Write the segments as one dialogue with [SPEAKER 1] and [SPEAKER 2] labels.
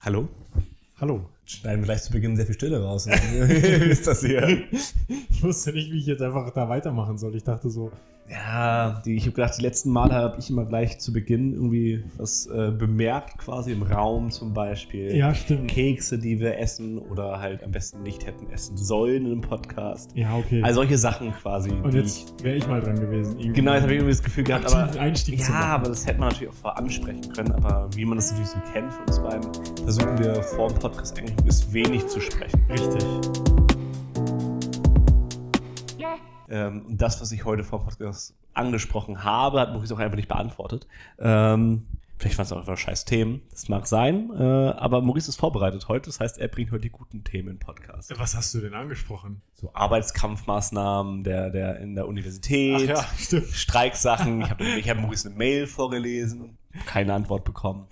[SPEAKER 1] Hallo?
[SPEAKER 2] Hallo.
[SPEAKER 1] Schneiden wir gleich zu Beginn sehr viel Stille raus. ist das hier?
[SPEAKER 2] Ich wusste nicht, wie ich jetzt einfach da weitermachen soll. Ich dachte so,
[SPEAKER 1] Ja, die, ich habe gedacht, die letzten Male habe ich immer gleich zu Beginn irgendwie was äh, bemerkt, quasi im Raum zum Beispiel.
[SPEAKER 2] ja, stimmt.
[SPEAKER 1] Kekse, die wir essen oder halt am besten nicht hätten essen sollen im Podcast.
[SPEAKER 2] Ja, okay.
[SPEAKER 1] Also solche Sachen quasi.
[SPEAKER 2] Und
[SPEAKER 1] die
[SPEAKER 2] jetzt wäre ich mal dran gewesen.
[SPEAKER 1] ich, genau, jetzt habe ich irgendwie das Gefühl gehabt, aber
[SPEAKER 2] aktiven Einstieg zu
[SPEAKER 1] Ja,
[SPEAKER 2] machen.
[SPEAKER 1] aber das hätte man natürlich auch vorher ansprechen können, aber wie man das natürlich so kennt von uns beiden, versuchen wir vor dem Podcast eigentlich bis wenig zu sprechen.
[SPEAKER 2] Richtig.
[SPEAKER 1] Ähm, und das, was ich heute vor dem Podcast angesprochen habe, hat Maurice auch einfach nicht beantwortet. Ähm, vielleicht waren es auch einfach scheiß Themen, das mag sein, äh, aber Maurice ist vorbereitet heute, das heißt, er bringt heute die guten Themen in den Podcast.
[SPEAKER 2] Was hast du denn angesprochen?
[SPEAKER 1] So Arbeitskampfmaßnahmen der, der in der Universität.
[SPEAKER 2] stimmt.
[SPEAKER 1] Streiksachen. Ich habe ich hab Maurice eine Mail vorgelesen, keine Antwort bekommen.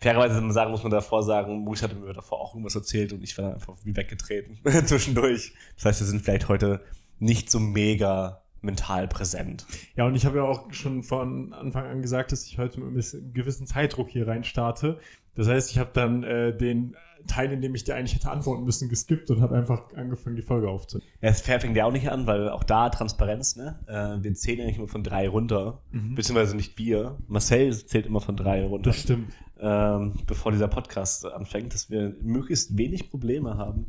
[SPEAKER 1] Fairerweise muss man sagen, muss man davor sagen, Maurice hatte mir davor auch irgendwas erzählt und ich war dann einfach wie weggetreten zwischendurch. Das heißt, wir sind vielleicht heute nicht so mega mental präsent.
[SPEAKER 2] Ja, und ich habe ja auch schon von Anfang an gesagt, dass ich heute mit einem bisschen- gewissen Zeitdruck hier rein starte. Das heißt, ich habe dann äh, den Teil, in dem ich dir eigentlich hätte antworten müssen, geskippt und habe einfach angefangen, die Folge aufzunehmen.
[SPEAKER 1] Ja, Das fair fängt ja auch nicht an, weil auch da Transparenz, ne? Äh, Wir zählen ja nicht immer von drei runter,
[SPEAKER 2] Mhm.
[SPEAKER 1] beziehungsweise nicht wir. Marcel zählt immer von drei runter,
[SPEAKER 2] stimmt.
[SPEAKER 1] ähm, bevor dieser Podcast anfängt, dass wir möglichst wenig Probleme haben,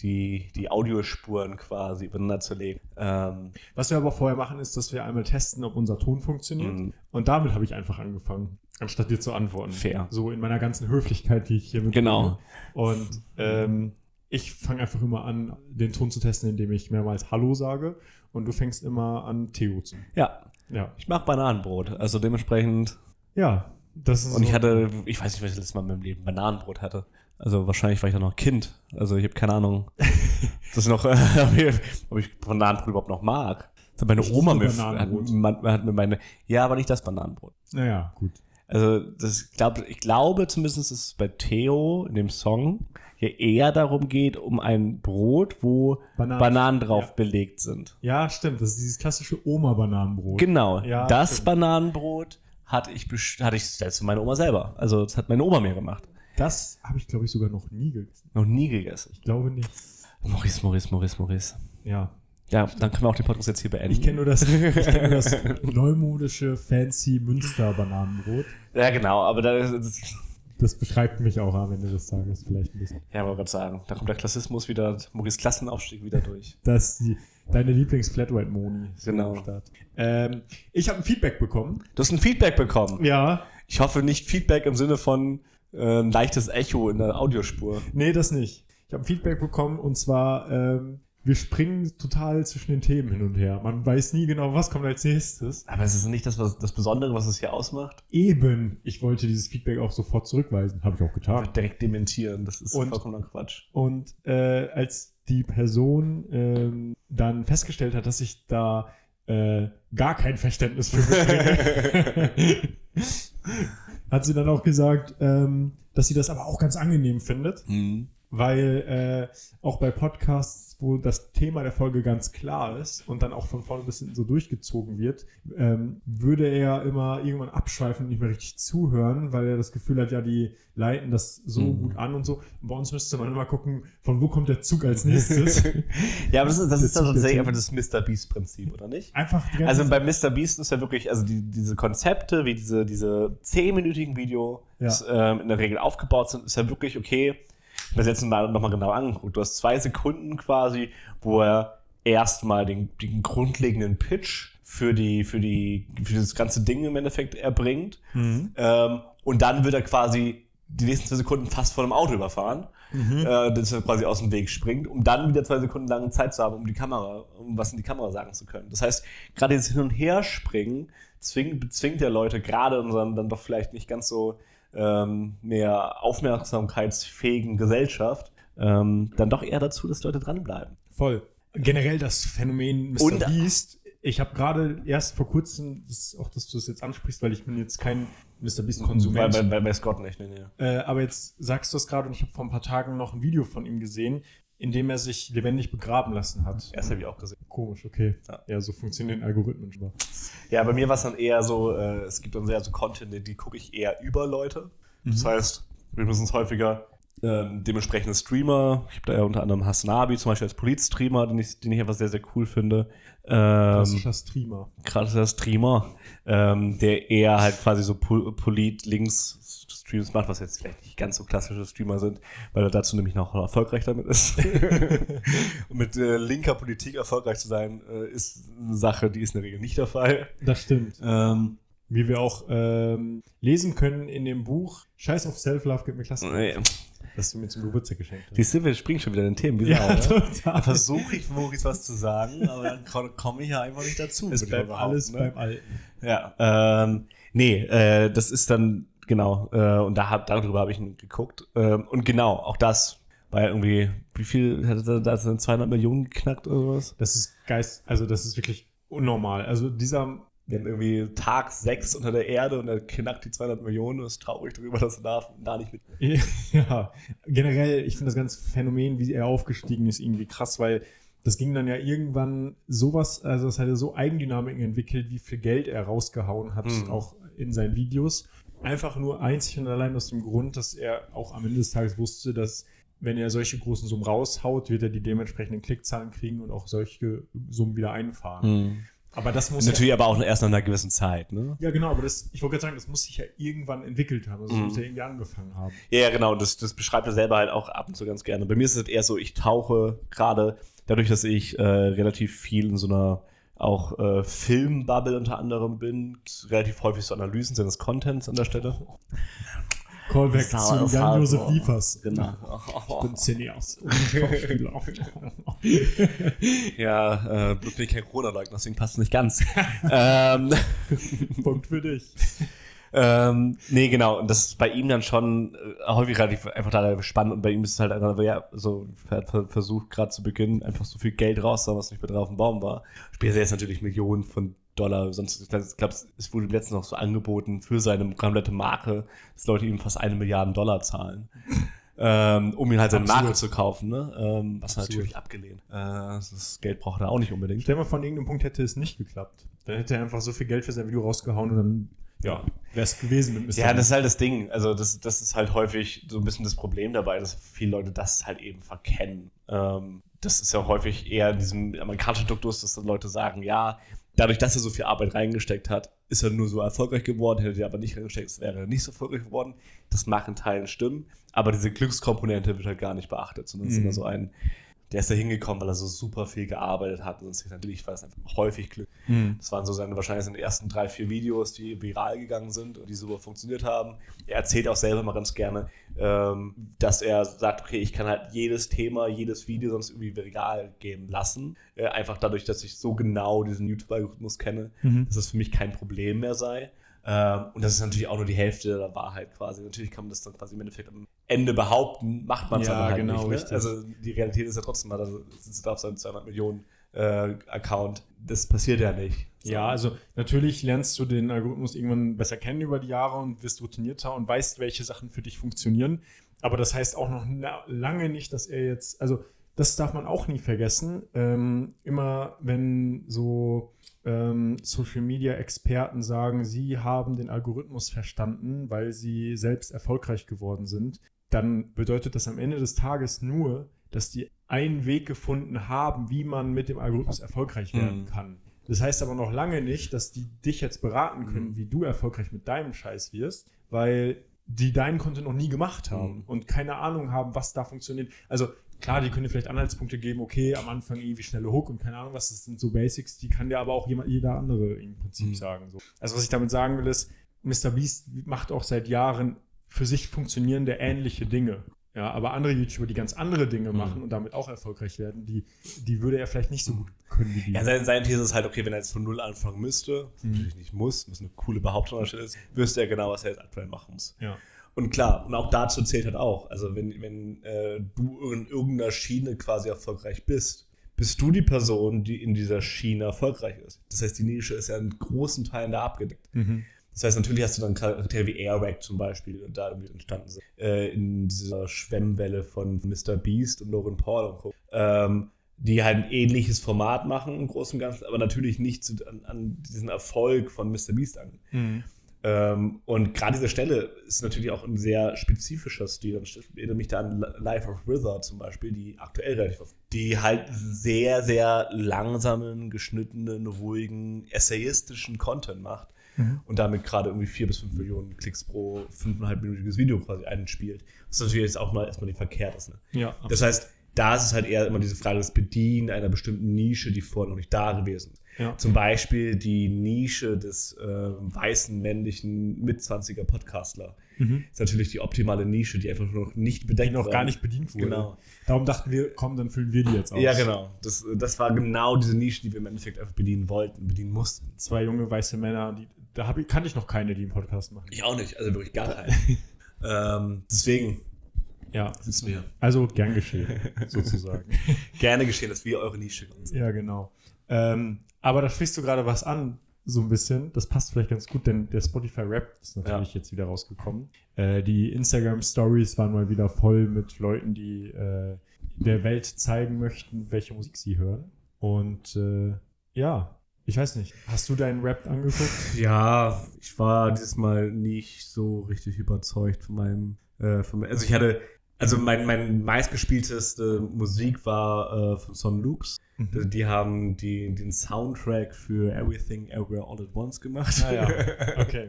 [SPEAKER 1] die, die Audiospuren quasi übereinander zu legen. Ähm,
[SPEAKER 2] Was wir aber vorher machen, ist, dass wir einmal testen, ob unser Ton funktioniert.
[SPEAKER 1] Mhm.
[SPEAKER 2] Und damit habe ich einfach angefangen, anstatt dir zu antworten.
[SPEAKER 1] Fair.
[SPEAKER 2] So in meiner ganzen Höflichkeit, die ich hier mit.
[SPEAKER 1] Genau.
[SPEAKER 2] Und ähm, ich fange einfach immer an, den Ton zu testen, indem ich mehrmals Hallo sage. Und du fängst immer an, Theo zu.
[SPEAKER 1] ja,
[SPEAKER 2] Ja.
[SPEAKER 1] ich mache Bananenbrot. Also dementsprechend.
[SPEAKER 2] Ja. Das ist
[SPEAKER 1] Und
[SPEAKER 2] so.
[SPEAKER 1] ich hatte, ich weiß nicht, was ich das letzte Mal in meinem Leben Bananenbrot hatte. Also wahrscheinlich war ich da noch Kind. Also ich habe keine Ahnung, das noch, äh, ob ich- ob ich Bananenbrot überhaupt noch mag. Das hat meine
[SPEAKER 2] Ich
[SPEAKER 1] Oma
[SPEAKER 2] liebe
[SPEAKER 1] mir hat,
[SPEAKER 2] Bananenbrot.
[SPEAKER 1] man- hat mir meine, ja, aber nicht das Bananenbrot.
[SPEAKER 2] Naja, gut.
[SPEAKER 1] Also das, ich, glaub, ich glaube zumindest, dass es bei Theo in dem Song ja eher darum geht, um ein Brot, wo
[SPEAKER 2] Bananen.
[SPEAKER 1] Bananen, drauf
[SPEAKER 2] Ja.
[SPEAKER 1] belegt sind.
[SPEAKER 2] Ja, stimmt. Das ist dieses klassische Oma-Bananenbrot.
[SPEAKER 1] Genau,
[SPEAKER 2] Ja,
[SPEAKER 1] das
[SPEAKER 2] stimmt.
[SPEAKER 1] Bananenbrot hatte ich, best- hatte ich das letzte Mal meine Oma selber. Also das hat meine Oma mir gemacht.
[SPEAKER 2] Das habe ich, glaube ich, sogar noch nie gegessen.
[SPEAKER 1] Noch nie gegessen.
[SPEAKER 2] Ich glaube nicht.
[SPEAKER 1] Maurice, Maurice, Maurice, Maurice.
[SPEAKER 2] Ja.
[SPEAKER 1] Ja, dann können wir auch den Podcast jetzt hier beenden.
[SPEAKER 2] Ich kenne nur das, ich kenn nur das neumodische, fancy Münster-Bananenbrot.
[SPEAKER 1] ja, genau, aber da ist, ist-
[SPEAKER 2] Das beschreibt mich auch am Ende des Tages vielleicht ein bisschen.
[SPEAKER 1] ja, wollte gerade sagen, da kommt der Klassismus wieder, Maurice Klassenaufstieg wieder durch.
[SPEAKER 2] Dass die, deine Lieblings-Flatrate-Moni ist
[SPEAKER 1] Genau.
[SPEAKER 2] am Start. Ähm, ich habe ein Feedback bekommen.
[SPEAKER 1] Du hast ein Feedback bekommen.
[SPEAKER 2] Ja.
[SPEAKER 1] Ich hoffe nicht Feedback im Sinne von äh, ein leichtes Echo in der Audiospur.
[SPEAKER 2] Nee, das nicht. Ich habe ein Feedback bekommen und zwar, ähm, wir springen total zwischen den Themen hin und her. Man weiß nie genau, was kommt als nächstes.
[SPEAKER 1] Aber es ist nicht das, was, das Besondere, was es hier ausmacht.
[SPEAKER 2] Eben, ich wollte dieses Feedback auch sofort zurückweisen. Habe ich auch
[SPEAKER 1] Ich
[SPEAKER 2] getan.
[SPEAKER 1] würde direkt dementieren. Das ist
[SPEAKER 2] Und-
[SPEAKER 1] vollkommener Quatsch.
[SPEAKER 2] Und äh, als die Person ähm, dann festgestellt hat, dass ich da äh, gar kein Verständnis für bringe, hat sie dann auch gesagt, ähm, dass sie das aber auch ganz angenehm findet, weil äh, auch bei Podcasts, wo das Thema der Folge ganz klar ist und dann auch von vorne bis hinten so durchgezogen wird, ähm, würde er immer irgendwann abschweifen und nicht mehr richtig zuhören, weil er das Gefühl hat, ja, die leiten das so
[SPEAKER 1] Mhm.
[SPEAKER 2] gut an und so. Und bei uns müsste man immer gucken, von wo kommt der Zug als nächstes.
[SPEAKER 1] ja, aber das ist, das ist dann
[SPEAKER 2] Bezug
[SPEAKER 1] tatsächlich
[SPEAKER 2] dazu.
[SPEAKER 1] einfach das Mr. Beast-Prinzip, oder nicht?
[SPEAKER 2] Einfach die ganze
[SPEAKER 1] Also bei Mr. Beast ist ja wirklich, also die, diese Konzepte, wie diese, diese 10-minütigen Videos
[SPEAKER 2] Ja.
[SPEAKER 1] ähm, in der Regel aufgebaut sind, ist ja wirklich okay. Ich habe das letzte Mal nochmal genau angeguckt. Du hast zwei Sekunden quasi, wo er erstmal den, den grundlegenden Pitch für, die, für, die, für das ganze Ding im Endeffekt erbringt.
[SPEAKER 2] Mhm.
[SPEAKER 1] Ähm, und dann wird er quasi die nächsten zwei Sekunden fast von einem Auto überfahren, äh, das er quasi aus dem Weg springt, um dann wieder zwei Sekunden lang Zeit zu haben, um die Kamera, um was in die Kamera sagen zu können. Das heißt, gerade dieses Hin- und Herspringen zwingt, bezwingt ja Leute gerade in unserer dann doch vielleicht nicht ganz so ähm, mehr aufmerksamkeitsfähigen Gesellschaft, ähm, dann doch eher dazu, dass Leute dranbleiben.
[SPEAKER 2] Voll. Generell das Phänomen Mr.
[SPEAKER 1] Und-
[SPEAKER 2] Beast. Ich habe gerade erst vor kurzem, das ist auch, dass du das jetzt ansprichst, weil ich bin jetzt kein Mr.
[SPEAKER 1] Weil
[SPEAKER 2] Beast-Konsument.
[SPEAKER 1] bei, bei, bei Scott nicht, nee, nee.
[SPEAKER 2] Äh, aber jetzt sagst du es gerade und ich habe vor ein paar Tagen noch ein Video von ihm gesehen, in dem er sich lebendig begraben lassen hat.
[SPEAKER 1] Erst habe ich auch gesehen.
[SPEAKER 2] Komisch, okay.
[SPEAKER 1] Ja.
[SPEAKER 2] Ja, Ähm. so funktionieren Algorithmen schon. mal.
[SPEAKER 1] Ja, bei mir war es dann eher so, äh, es gibt dann sehr so Content, die gucke ich eher über Leute. Das heißt, wir müssen es häufiger ähm, dementsprechende Streamer. Ich habe da ja unter anderem Hasnabi zum Beispiel als Polit-Streamer, den ich, den ich einfach sehr, sehr cool finde. Ähm,
[SPEAKER 2] Klassischer Streamer.
[SPEAKER 1] krasser Streamer, ähm, der eher halt quasi so Pol- Polit-Links-Streams macht, was jetzt vielleicht nicht ganz so klassische Streamer sind, weil er dazu nämlich noch erfolgreich damit ist. Und mit äh, linker Politik erfolgreich zu sein, äh, ist eine Sache, die ist in der Regel nicht der Fall.
[SPEAKER 2] Das stimmt.
[SPEAKER 1] Ähm,
[SPEAKER 2] Wie wir auch ähm, lesen können in dem Buch Scheiß auf Self-Love, gib mir Klassen,
[SPEAKER 1] äh,
[SPEAKER 2] das du mir zum Geburtstag geschenkt hast.
[SPEAKER 1] siehst du, wir springen schon wieder in den Themen. Wie Sau, ne?
[SPEAKER 2] total.
[SPEAKER 1] versuche ich Moritz was zu sagen, aber dann ko- komme ich ja einfach nicht dazu.
[SPEAKER 2] Es
[SPEAKER 1] würde ich
[SPEAKER 2] bleibt
[SPEAKER 1] mal behaupten,
[SPEAKER 2] alles
[SPEAKER 1] ne?
[SPEAKER 2] beim Alten.
[SPEAKER 1] Ja, ähm, nee, äh, das ist dann, genau, äh, und da hab, darüber habe ich ihn geguckt. Ähm, und genau, auch das war ja irgendwie, wie viel, hat er da sind 200 Millionen geknackt oder sowas?
[SPEAKER 2] Das ist Geist, also das ist wirklich unnormal. Also dieser,
[SPEAKER 1] Wir haben irgendwie Tag 6 unter der Erde und dann knackt die 200 Millionen und ist traurig darüber, dass er da, da nicht mit.
[SPEAKER 2] ja, generell, ich finde das ganze Phänomen, wie er aufgestiegen ist, irgendwie krass, weil das ging dann ja irgendwann sowas, also das hat ja so Eigendynamiken entwickelt, wie viel Geld er rausgehauen hat,
[SPEAKER 1] Hm.
[SPEAKER 2] auch in seinen Videos. Einfach nur einzig und allein aus dem Grund, dass er auch am Ende des Tages wusste, dass wenn er solche großen Summen raushaut, wird er die dementsprechenden Klickzahlen kriegen und auch solche Summen wieder einfahren. Aber das muss ja-
[SPEAKER 1] Mhm. Hm. Natürlich aber auch erst nach einer gewissen Zeit, ne?
[SPEAKER 2] Ja, genau, aber das, ich wollte gerade sagen, das muss sich ja irgendwann entwickelt haben. Also, das
[SPEAKER 1] Mhm.
[SPEAKER 2] muss ja irgendwie angefangen haben.
[SPEAKER 1] Ja, ja, genau, das, das beschreibt er selber halt auch ab und zu ganz gerne. Bei mir ist es eher so, ich tauche gerade dadurch, dass ich äh, relativ viel in so einer auch äh, Filmbubble unter anderem bin, relativ häufig so Analysen seines Contents an der Stelle.
[SPEAKER 2] Callback
[SPEAKER 1] Sau-
[SPEAKER 2] zu
[SPEAKER 1] Sau-
[SPEAKER 2] Jan-Josef
[SPEAKER 1] Sau-
[SPEAKER 2] Liefers. Ich
[SPEAKER 1] halt Genau.
[SPEAKER 2] bin Cineast. und Schauspieler.
[SPEAKER 1] Ja, äh, bloß bin ich kein Corona-Leugner, deswegen passt es nicht ganz. ähm,
[SPEAKER 2] Punkt für dich.
[SPEAKER 1] Ähm, nee, genau. Und das ist bei ihm dann schon äh, häufig relativ einfach da relativ spannend. Und bei ihm ist es halt einfach, ja, so er hat ver- versucht, gerade zu Beginn einfach so viel Geld rauszuhauen, was nicht mehr drauf im Baum war. Später jetzt natürlich Millionen von Dollar. Sonst, ich glaube, glaub, es wurde ihm letztens noch so angeboten für seine komplette Marke, dass Leute ihm fast eine Milliarde Dollar zahlen. Ähm, um ihn halt seine
[SPEAKER 2] Absurd.
[SPEAKER 1] Marke zu kaufen, ne? Ähm, was er
[SPEAKER 2] Absurd.
[SPEAKER 1] natürlich abgelehnt. Äh, das Geld braucht er auch nicht unbedingt.
[SPEAKER 2] Stell mal, von irgendeinem Punkt hätte es nicht geklappt. Dann hätte er einfach so viel Geld für sein Video rausgehauen und dann, ja, wäre es gewesen mit Mr.
[SPEAKER 1] Ja, das
[SPEAKER 2] Beast.
[SPEAKER 1] ist halt das Ding. Also, das, das ist halt häufig so ein bisschen das Problem dabei, dass viele Leute das halt eben verkennen. Ähm, das ist ja häufig eher in diesem amerikanischen Duktus, dass dann Leute sagen, ja, dadurch, dass er so viel Arbeit reingesteckt hat, ist er nur so erfolgreich geworden, hätte er aber nicht reingesteckt, wäre er nicht so erfolgreich geworden. Das mag in Teilen stimmen, aber diese Glückskomponente wird halt gar nicht beachtet, sondern es ist
[SPEAKER 2] Mhm.
[SPEAKER 1] immer so ein, der ist da hingekommen, weil er so super viel gearbeitet hat. Und sonst natürlich war es einfach häufig Glück.
[SPEAKER 2] Mhm.
[SPEAKER 1] Das waren so seine wahrscheinlich seine ersten drei, vier Videos, die viral gegangen sind und die super funktioniert haben. Er erzählt auch selber mal ganz gerne, ähm, dass er sagt, okay, ich kann halt jedes Thema, jedes Video sonst irgendwie viral gehen lassen. Äh, einfach dadurch, dass ich so genau diesen YouTube-Algorithmus kenne,
[SPEAKER 2] Mhm.
[SPEAKER 1] dass es für mich kein Problem mehr sei. Ähm, und das ist natürlich auch nur die Hälfte der Wahrheit quasi. Natürlich kann man das dann quasi im Endeffekt am Ende behaupten, macht man es
[SPEAKER 2] Ja,
[SPEAKER 1] aber halt
[SPEAKER 2] genau,
[SPEAKER 1] nicht.
[SPEAKER 2] richtig.
[SPEAKER 1] Ne? Also die Realität ist ja trotzdem mal, da sitzt er auf seinem 200 Millionen äh, Account. Das passiert ja nicht. So.
[SPEAKER 2] Ja, also natürlich lernst du den Algorithmus irgendwann besser kennen über die Jahre und wirst routinierter und weißt, welche Sachen für dich funktionieren. Aber das heißt auch noch na- lange nicht, dass er jetzt, also das darf man auch nie vergessen. Ähm, immer wenn so ähm, Social-Media-Experten sagen, sie haben den Algorithmus verstanden, weil sie selbst erfolgreich geworden sind, dann bedeutet das am Ende des Tages nur, dass die einen Weg gefunden haben, wie man mit dem Algorithmus erfolgreich werden
[SPEAKER 1] Mhm.
[SPEAKER 2] kann. Das heißt aber noch lange nicht, dass die dich jetzt beraten können,
[SPEAKER 1] Mhm.
[SPEAKER 2] wie du erfolgreich mit deinem Scheiß wirst, weil die deinen Content noch nie gemacht haben
[SPEAKER 1] Mhm.
[SPEAKER 2] und keine Ahnung haben, was da funktioniert. Also klar, die können dir vielleicht Anhaltspunkte geben, okay, am Anfang irgendwie schnelle Hook und keine Ahnung was, das sind so Basics, die kann dir aber auch jemand, jeder andere im Prinzip
[SPEAKER 1] Mhm.
[SPEAKER 2] sagen. So. Also was ich damit sagen will ist, Mr. Beast macht auch seit Jahren für sich funktionierende ähnliche Dinge. Ja, aber andere YouTuber, die ganz andere Dinge
[SPEAKER 1] Mhm.
[SPEAKER 2] machen und damit auch erfolgreich werden, die, die würde er vielleicht nicht so gut können wie die.
[SPEAKER 1] Ja, seine, seine These ist halt, okay, wenn er jetzt von Null anfangen müsste, was
[SPEAKER 2] Mhm.
[SPEAKER 1] natürlich nicht muss, was eine coole Behauptung an der Stelle ist, wüsste er genau, was er jetzt aktuell machen muss.
[SPEAKER 2] Ja.
[SPEAKER 1] Und klar, und auch dazu zählt halt auch, also wenn, wenn äh, du in irgendeiner Schiene quasi erfolgreich bist, bist du die Person, die in dieser Schiene erfolgreich ist. Das heißt, die Nische ist ja in großen Teilen da abgedeckt.
[SPEAKER 2] Mhm.
[SPEAKER 1] Das heißt, natürlich hast du dann Charaktere wie Airwag zum Beispiel, die da irgendwie entstanden sind, äh, in dieser Schwemmwelle von Mr. Beast und Logan Paul und Co., ähm, die halt ein ähnliches Format machen im Großen und Ganzen, aber natürlich nicht zu, an, an diesen Erfolg von Mr. Beast an. Ähm, und gerade diese Stelle ist natürlich auch ein sehr spezifischer Stil. Ich erinnere mich da an Life of Rizzer zum Beispiel, die aktuell relativ oft, die halt sehr, sehr langsamen, geschnittenen, ruhigen, essayistischen Content macht
[SPEAKER 2] Mhm.
[SPEAKER 1] und damit gerade irgendwie 4 bis 5 Millionen Klicks pro 5,5-minütiges Video quasi einspielt. Das ist natürlich jetzt auch mal erstmal nicht verkehrt ist. Ne?
[SPEAKER 2] Ja,
[SPEAKER 1] Das heißt, da ist es halt eher immer diese Frage des Bedienen einer bestimmten Nische, die vorher noch nicht da gewesen ist.
[SPEAKER 2] ja.
[SPEAKER 1] Zum Beispiel die Nische des äh, weißen männlichen Mitzwanziger Podcastler.
[SPEAKER 2] Mhm.
[SPEAKER 1] Ist natürlich die optimale Nische, die einfach noch nicht bedeckt
[SPEAKER 2] Die noch
[SPEAKER 1] war.
[SPEAKER 2] gar nicht bedient wurde.
[SPEAKER 1] Genau.
[SPEAKER 2] Darum dachten wir, komm, dann füllen wir die jetzt aus.
[SPEAKER 1] Ja, genau. Das, das war genau diese Nische, die wir im Endeffekt einfach bedienen wollten, bedienen mussten.
[SPEAKER 2] Zwei junge weiße Männer, die, da hab ich, kannte ich noch keine, die einen Podcast machen.
[SPEAKER 1] Ich auch nicht, also wirklich gar keinen. ähm, deswegen
[SPEAKER 2] Ja,
[SPEAKER 1] sitzen wir hier.
[SPEAKER 2] also gern geschehen, sozusagen.
[SPEAKER 1] gerne geschehen, dass wir eure Nische sind.
[SPEAKER 2] Ja, genau. Ähm, aber da sprichst du gerade was an, so ein bisschen. Das passt vielleicht ganz gut, denn der Spotify-Rap ist natürlich jetzt wieder rausgekommen. Äh, die Instagram-Stories waren mal wieder voll mit Leuten, die äh, der Welt zeigen möchten, welche Musik sie hören. Und äh, ja, ich weiß nicht. Hast du deinen Rap angeguckt?
[SPEAKER 1] Ja, ich war dieses Mal nicht so richtig überzeugt von meinem, äh, von, also ich hatte, also mein, mein meistgespieltes äh, Musik war äh, von Son Loops. Also die haben die, den Soundtrack für Everything Everywhere All at Once gemacht.
[SPEAKER 2] Ah ja, Okay.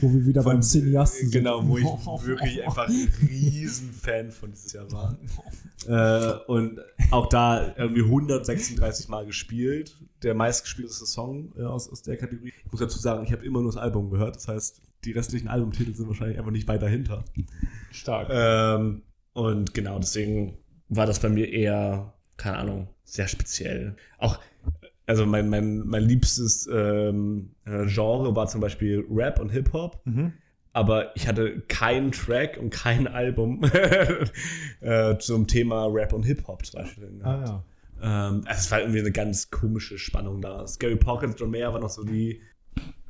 [SPEAKER 2] Wo wir wieder
[SPEAKER 1] Von-
[SPEAKER 2] beim Cineasten sind.
[SPEAKER 1] Genau, wo ich wirklich einfach ein Riesenfan von dieses Jahr war. Äh, und auch da irgendwie 136 Mal gespielt. Der meistgespielteste Song äh, aus, aus der Kategorie. Ich muss dazu sagen, ich habe immer nur das Album gehört. Das heißt, die restlichen Albumtitel sind wahrscheinlich einfach nicht weit dahinter.
[SPEAKER 2] Stark.
[SPEAKER 1] Ähm, und genau, deswegen war das bei mir eher, keine Ahnung, sehr speziell. Auch, also mein, mein, mein liebstes ähm, äh, Genre war zum Beispiel Rap und Hip-Hop
[SPEAKER 2] Mhm.
[SPEAKER 1] aber ich hatte keinen Track und kein Album äh, zum Thema Rap und Hip-Hop zum Beispiel.
[SPEAKER 2] Ah ja.
[SPEAKER 1] Ähm, also es war irgendwie eine ganz komische Spannung da. Scary Pockets, John Mayer war noch so die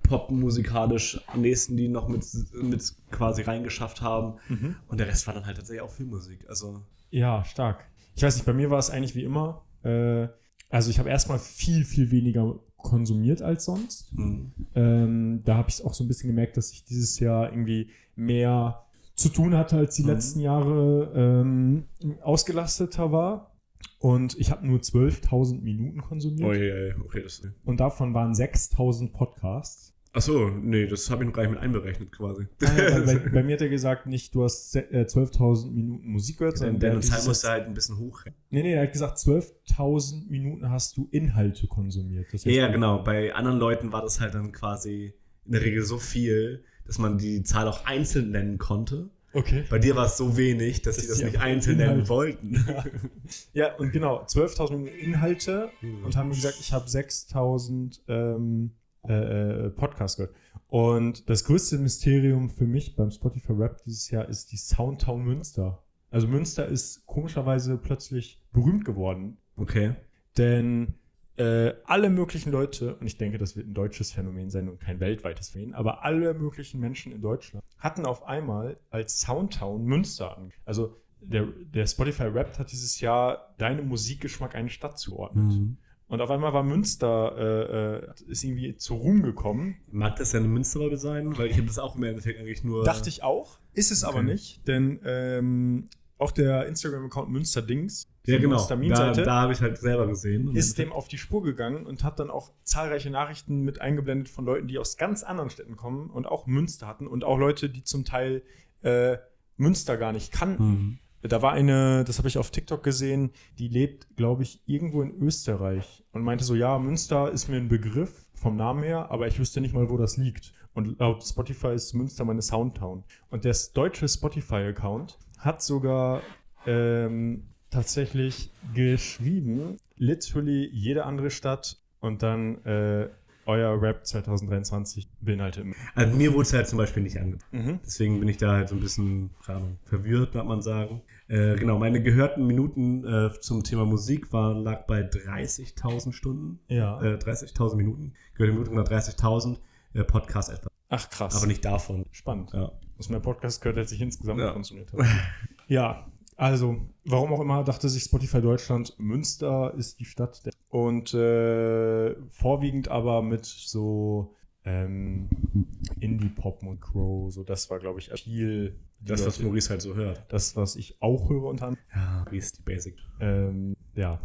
[SPEAKER 1] popmusikalisch am nächsten, die noch mit, mit quasi reingeschafft haben.
[SPEAKER 2] Mhm.
[SPEAKER 1] Und der Rest war dann halt tatsächlich auch Filmmusik. Also,
[SPEAKER 2] Ja, stark. Ich weiß nicht, bei mir war es eigentlich wie immer. Äh, also ich habe erstmal viel, viel weniger konsumiert als sonst.
[SPEAKER 1] hm.
[SPEAKER 2] Ähm, da habe ich auch so ein bisschen gemerkt, dass ich dieses Jahr irgendwie mehr zu tun hatte als die
[SPEAKER 1] Mhm.
[SPEAKER 2] letzten Jahre ähm, ausgelasteter war. Und ich habe nur 12.000 Minuten konsumiert
[SPEAKER 1] Ui, okay, das.
[SPEAKER 2] und davon waren 6.000 Podcasts.
[SPEAKER 1] Achso, nee, das habe ich noch gar nicht mit einberechnet quasi.
[SPEAKER 2] Ah, ja, bei, bei, bei mir hat er gesagt, nicht du hast se- äh, 12.000 Minuten Musik gehört, sondern
[SPEAKER 1] Denn
[SPEAKER 2] der
[SPEAKER 1] deine
[SPEAKER 2] hat
[SPEAKER 1] Zeit
[SPEAKER 2] dieses-
[SPEAKER 1] musst du halt ein bisschen hoch.
[SPEAKER 2] Nee, nee, er hat gesagt, 12.000 Minuten hast du Inhalte konsumiert. Das heißt,
[SPEAKER 1] Ja, ja, genau. Bei anderen Leuten war das halt dann quasi in der Regel so viel, dass man die Zahl auch einzeln nennen konnte.
[SPEAKER 2] Okay.
[SPEAKER 1] Bei dir war es so wenig, dass
[SPEAKER 2] Dass
[SPEAKER 1] sie das
[SPEAKER 2] die
[SPEAKER 1] nicht
[SPEAKER 2] einfach
[SPEAKER 1] einzeln
[SPEAKER 2] Inhalt-
[SPEAKER 1] nennen wollten.
[SPEAKER 2] Ja, und genau, 12.000 Minuten Inhalte und haben gesagt, ich habe 6.000 ähm, äh, äh, Podcasts gehört. Und das größte Mysterium für mich beim Spotify Rap dieses Jahr ist die Soundtown Münster. Also Münster ist komischerweise plötzlich berühmt geworden,
[SPEAKER 1] Okay.
[SPEAKER 2] denn äh, alle möglichen Leute, und ich denke, das wird ein deutsches Phänomen sein und kein weltweites Phänomen, aber alle möglichen Menschen in Deutschland hatten auf einmal als Soundtown Münster an. Also der, der Spotify Rap hat dieses Jahr deinem Musikgeschmack eine Stadt zuordnet.
[SPEAKER 1] Mhm.
[SPEAKER 2] Und auf einmal war Münster, äh, äh, ist irgendwie zu Ruhm gekommen.
[SPEAKER 1] Mag das ja eine Münsterrolle sein? Weil ich habe das auch im Endeffekt eigentlich nur.
[SPEAKER 2] Dachte ich auch, ist es
[SPEAKER 1] Äh,
[SPEAKER 2] aber
[SPEAKER 1] Okay.
[SPEAKER 2] nicht, denn ähm, auch der Instagram-Account Münsterdings,
[SPEAKER 1] Ja,
[SPEAKER 2] die
[SPEAKER 1] genau. Da,
[SPEAKER 2] Münster-Meme-Seite,
[SPEAKER 1] da habe ich halt selber gesehen.
[SPEAKER 2] ist dem auf die Spur gegangen und hat dann auch zahlreiche Nachrichten mit eingeblendet von Leuten, die aus ganz anderen Städten kommen und auch Münster hatten und auch Leute, die zum Teil äh, Münster gar nicht kannten.
[SPEAKER 1] Mhm.
[SPEAKER 2] Da war eine, das habe ich auf TikTok gesehen, die lebt, glaube ich, irgendwo in Österreich und meinte so, ja, Münster ist mir ein Begriff vom Namen her, aber ich wüsste nicht mal, wo das liegt. Und laut Spotify ist Münster meine Soundtown. Und der deutsche Spotify-Account hat sogar ähm, tatsächlich geschrieben, literally jede andere Stadt und dann äh, euer Rap 2023 beinhaltet.
[SPEAKER 1] Also mir wurde es halt zum Beispiel nicht angezeigt.
[SPEAKER 2] Mhm.
[SPEAKER 1] Deswegen bin ich da halt so ein bisschen, keine Ahnung, verwirrt, darf man sagen. Äh, genau, meine gehörten Minuten äh, zum Thema Musik war, lag bei 30.000 Stunden.
[SPEAKER 2] Ja.
[SPEAKER 1] Äh, 30.000 Minuten. Gehörte Minuten nach 30.000. Äh, Podcast etwa.
[SPEAKER 2] Ach krass.
[SPEAKER 1] Aber nicht davon.
[SPEAKER 2] Spannend.
[SPEAKER 1] Ja.
[SPEAKER 2] Muss mehr Podcast gehört, als ich insgesamt
[SPEAKER 1] Ja.
[SPEAKER 2] konsumiert habe. Ja, also, warum auch immer, dachte sich Spotify Deutschland, Münster ist die Stadt. Der und äh, vorwiegend aber mit so ähm, Indie-Pop und Crow. So, das war, glaube ich, viel.
[SPEAKER 3] Das, was
[SPEAKER 2] Leute-
[SPEAKER 3] Maurice halt so hört.
[SPEAKER 2] das, was ich auch höre unter anderem.
[SPEAKER 3] Ja, Maurice ist die Basic.
[SPEAKER 2] Ähm, ja.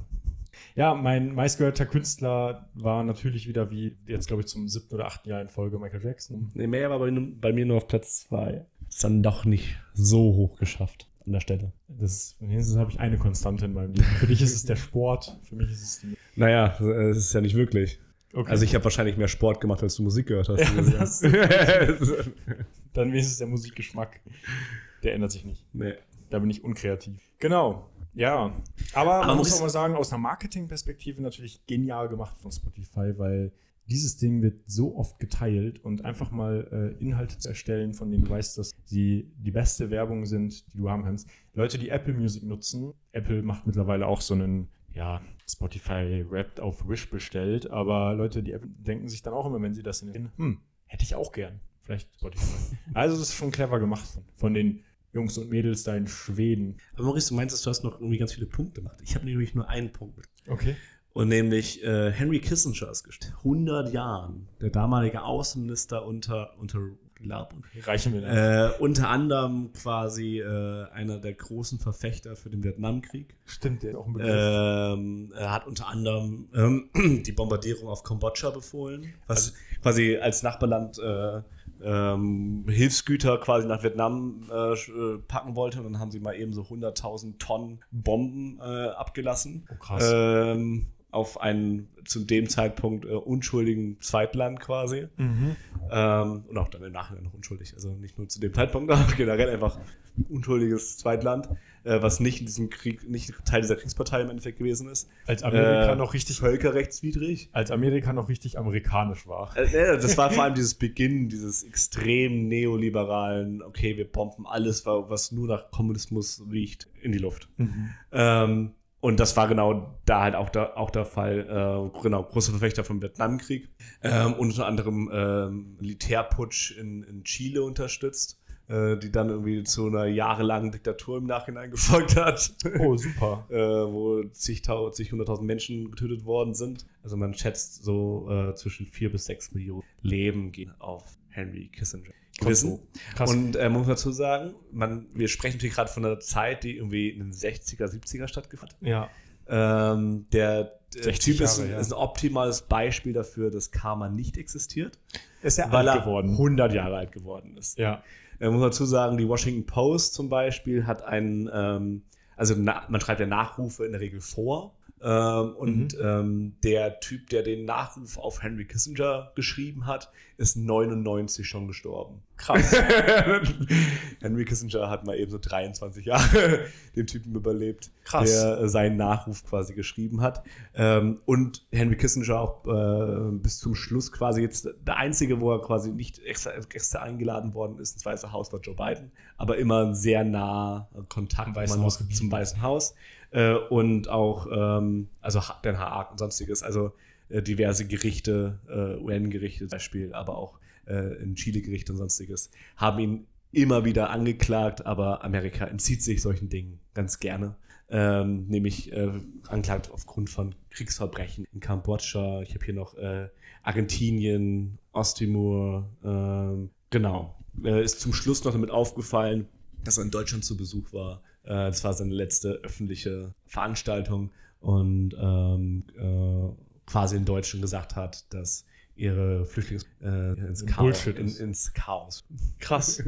[SPEAKER 2] Ja, mein meistgehörter Künstler war natürlich wieder wie jetzt, glaube ich, zum siebten oder achten Jahr in Folge Michael Jackson.
[SPEAKER 1] Nee, Mayer war bei, bei mir nur auf Platz 2. Ist dann doch nicht so hoch geschafft an der Stelle.
[SPEAKER 2] Das wenigstens habe ich eine Konstante in meinem Leben. Für dich ist es der Sport, für mich ist es die.
[SPEAKER 1] Naja, es ist ja nicht wirklich.
[SPEAKER 2] Okay.
[SPEAKER 1] Also ich habe wahrscheinlich mehr Sport gemacht, als du Musik gehört hast.
[SPEAKER 2] Ja, das-
[SPEAKER 1] nee.
[SPEAKER 2] Dann wenigstens der Musikgeschmack. Der ändert sich nicht. Da bin ich unkreativ. Genau. Ja. Aber,
[SPEAKER 1] Aber
[SPEAKER 2] man
[SPEAKER 1] muss-
[SPEAKER 2] muss auch mal sagen, aus einer Marketingperspektive natürlich genial gemacht von Spotify, weil dieses Ding wird so oft geteilt und einfach mal äh, Inhalte zu erstellen, von denen du weißt, dass sie die beste Werbung sind, die du haben kannst. Leute, die Apple Music nutzen, Apple macht mittlerweile auch so einen, ja, Spotify Wrapped auf Wish bestellt, aber Leute, die Apple denken sich dann auch immer, wenn sie das sehen, hm, hätte ich auch gern. Vielleicht Spotify. also, das ist schon clever gemacht von, von den Jungs und Mädels da in Schweden.
[SPEAKER 1] Aber Maurice, du meinst, du hast noch irgendwie ganz viele Punkte gemacht. Ich habe nämlich nur einen Punkt.
[SPEAKER 2] Okay.
[SPEAKER 1] Und nämlich äh, Henry Kissinger ist gestorben. 100 Jahren. Der damalige Außenminister unter, unter Glaub und
[SPEAKER 2] Reichen wir dann.
[SPEAKER 1] Äh, unter anderem quasi äh, einer der großen Verfechter für den Vietnamkrieg.
[SPEAKER 2] Stimmt, der ist auch ein Begriff.
[SPEAKER 1] Ähm, er hat unter anderem ähm, die Bombardierung auf Kambodscha befohlen, was quasi als Nachbarland äh, ähm, Hilfsgüter quasi nach Vietnam äh, sch- äh, packen wollte. Und dann haben sie mal eben so 100.000 Tonnen Bomben äh, abgelassen.
[SPEAKER 2] oh, krass.
[SPEAKER 1] Ähm, auf einen zu dem Zeitpunkt äh, unschuldigen Zweitland quasi.
[SPEAKER 2] mhm.
[SPEAKER 1] Ähm, und auch dann im Nachhinein noch unschuldig. Also nicht nur zu dem Zeitpunkt, aber generell einfach unschuldiges Zweitland, äh, was nicht in diesem Krieg, nicht Teil dieser Kriegspartei im Endeffekt gewesen ist.
[SPEAKER 2] Als Amerika
[SPEAKER 1] Äh,
[SPEAKER 2] noch richtig,
[SPEAKER 1] Völkerrechtswidrig.
[SPEAKER 2] als Amerika noch richtig amerikanisch war.
[SPEAKER 1] Äh, äh, das war vor allem dieses Beginn dieses extrem neoliberalen, okay, wir bomben alles, wa- was nur nach Kommunismus riecht, in die Luft.
[SPEAKER 2] Mhm.
[SPEAKER 1] Ähm, und das war genau da halt auch der, auch der Fall, äh, genau, großer Verfechter vom Vietnamkrieg. Ähm, und unter anderem ähm, Militärputsch in, in Chile unterstützt, äh, die dann irgendwie zu einer jahrelangen Diktatur im Nachhinein gefolgt hat,
[SPEAKER 2] Oh, super.
[SPEAKER 1] äh, wo zigtausend, zig hunderttausend Menschen getötet worden sind. Also man schätzt so äh, zwischen vier bis sechs Millionen Leben gehen auf Henry Kissinger. Gewissen.
[SPEAKER 2] Krass.
[SPEAKER 1] Und äh, man muss dazu sagen, man, wir sprechen natürlich gerade von einer Zeit, die irgendwie in den 60er, 70er stattgefunden hat.
[SPEAKER 2] ja.
[SPEAKER 1] Ähm, der der
[SPEAKER 2] 60
[SPEAKER 1] Typ ist,
[SPEAKER 2] Jahre,
[SPEAKER 1] ein-
[SPEAKER 2] ja.
[SPEAKER 1] ist ein optimales Beispiel dafür, dass Karma nicht existiert,
[SPEAKER 2] Ist ja
[SPEAKER 1] weil
[SPEAKER 2] alt
[SPEAKER 1] er
[SPEAKER 2] geworden.
[SPEAKER 1] 100 Jahre alt geworden ist.
[SPEAKER 2] Ja.
[SPEAKER 1] Man muss dazu sagen, die Washington Post zum Beispiel hat einen, ähm, also na, man schreibt ja Nachrufe in der Regel vor. Ähm, und
[SPEAKER 2] Mhm.
[SPEAKER 1] ähm, der Typ, der den Nachruf auf Henry Kissinger geschrieben hat, ist 99 schon gestorben.
[SPEAKER 2] Krass.
[SPEAKER 1] Henry Kissinger hat mal eben so 23 Jahre den Typen überlebt,
[SPEAKER 2] Krass.
[SPEAKER 1] der äh, seinen Nachruf quasi geschrieben hat. Ähm, und Henry Kissinger auch äh, bis zum Schluss quasi jetzt der Einzige, wo er quasi nicht extra, extra eingeladen worden ist ins Weiße Haus, war Joe Biden, aber immer ein sehr nah äh, Kontakt
[SPEAKER 2] Zum Weißen
[SPEAKER 1] immer noch
[SPEAKER 2] Haus geblieben.
[SPEAKER 1] zum Weißen Haus. Äh, und auch ähm, also Ha- Den Haag und sonstiges, also äh, diverse Gerichte, äh, UN-Gerichte zum Beispiel, aber auch äh, in Chile-Gerichte und sonstiges, haben ihn immer wieder angeklagt, aber Amerika entzieht sich solchen Dingen ganz gerne. Ähm, nämlich äh, anklagt aufgrund von Kriegsverbrechen in Kambodscha. Ich habe hier noch äh, Argentinien, Osttimor. Ähm, genau. Äh, ist zum Schluss noch damit aufgefallen, dass er in Deutschland zu Besuch war. Äh, das war seine letzte öffentliche Veranstaltung und ähm, äh, quasi in Deutschland gesagt hat, dass ihre Flüchtlings äh, ins, Chaos,
[SPEAKER 2] Bullshit
[SPEAKER 1] in,
[SPEAKER 2] ist.
[SPEAKER 1] ins Chaos.
[SPEAKER 2] Krass.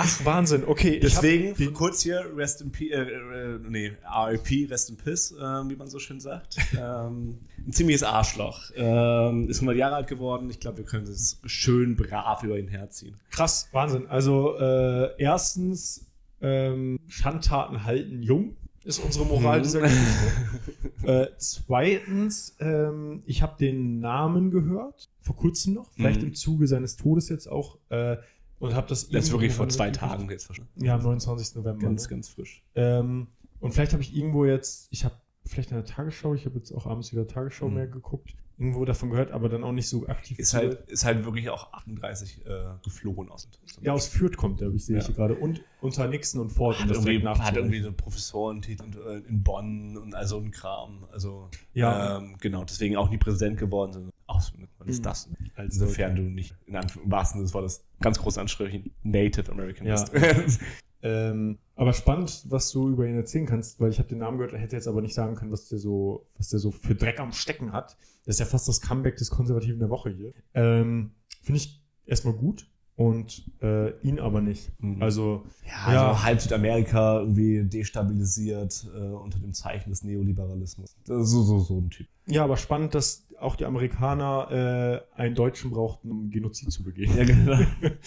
[SPEAKER 2] Ach, Wahnsinn. Okay. ich hab-
[SPEAKER 1] Deswegen für kurz hier Rest in Peace, äh, äh, nee, RIP, Rest in Piss, ähm, wie man so schön sagt. ähm, ein ziemliches Arschloch. Ähm, ist 100 Jahre alt geworden. Ich glaube, wir können es schön brav über ihn herziehen.
[SPEAKER 2] Krass, Wahnsinn. Also äh, erstens, ähm, Schandtaten halten jung, ist unsere Moral
[SPEAKER 1] Mhm.
[SPEAKER 2] dieser Geschichte. äh, zweitens, ähm, ich habe den Namen gehört, vor kurzem noch, vielleicht
[SPEAKER 1] Mhm.
[SPEAKER 2] im Zuge seines Todes jetzt auch, äh, und habe das...
[SPEAKER 1] Das ist
[SPEAKER 2] irgendwo
[SPEAKER 1] wirklich vor
[SPEAKER 2] dann
[SPEAKER 1] zwei
[SPEAKER 2] mitgekriegt.
[SPEAKER 1] Tagen jetzt verstanden.
[SPEAKER 2] Ja, am 29. November.
[SPEAKER 1] Ganz, genau.
[SPEAKER 2] ne?
[SPEAKER 1] ganz frisch.
[SPEAKER 2] Ähm, und vielleicht habe ich irgendwo jetzt, ich habe vielleicht in der Tagesschau, ich habe jetzt auch abends wieder Tagesschau
[SPEAKER 1] Mhm.
[SPEAKER 2] mehr geguckt, irgendwo davon gehört, aber dann auch nicht so aktiv.
[SPEAKER 1] Ist halt, ist halt wirklich auch 38 äh, geflohen aus.
[SPEAKER 2] Ja, aus Fürth kommt er, ich sehe
[SPEAKER 1] Ja.
[SPEAKER 2] ich hier gerade. Und unter Nixon und Ford. um
[SPEAKER 1] hat
[SPEAKER 2] das
[SPEAKER 1] irgendwie,
[SPEAKER 2] direkt
[SPEAKER 1] hat
[SPEAKER 2] nachzureichen.
[SPEAKER 1] irgendwie so Professorentitel und, äh, in Bonn und all so ein Kram. Also
[SPEAKER 2] Ja.
[SPEAKER 1] äh, ähm, genau, deswegen auch nie Präsident geworden, sondern auch rausfindet. Was
[SPEAKER 2] Mhm.
[SPEAKER 1] ist das?
[SPEAKER 2] Als
[SPEAKER 1] Insofern du nicht, in Anf- im wahrsten Sinne des Wortes, ganz groß Anstrichen, Native American
[SPEAKER 2] Ja.
[SPEAKER 1] bist.
[SPEAKER 2] Ähm, aber spannend, was du über ihn erzählen kannst, weil ich habe den Namen gehört, hätte jetzt aber nicht sagen können, was der so, was der so für Dreck am Stecken hat. Das ist ja fast das Comeback des Konservativen der Woche hier. Ähm, Finde ich erstmal gut und äh, ihn aber nicht.
[SPEAKER 1] Mhm.
[SPEAKER 2] Also
[SPEAKER 1] ja,
[SPEAKER 2] Ja.
[SPEAKER 1] Also halb Südamerika irgendwie destabilisiert äh, unter dem Zeichen des Neoliberalismus. Das ist so, so, so ein Typ.
[SPEAKER 2] ja, aber spannend, dass auch die Amerikaner äh, einen Deutschen brauchten, um Genozid zu begehen.
[SPEAKER 1] Ja, genau.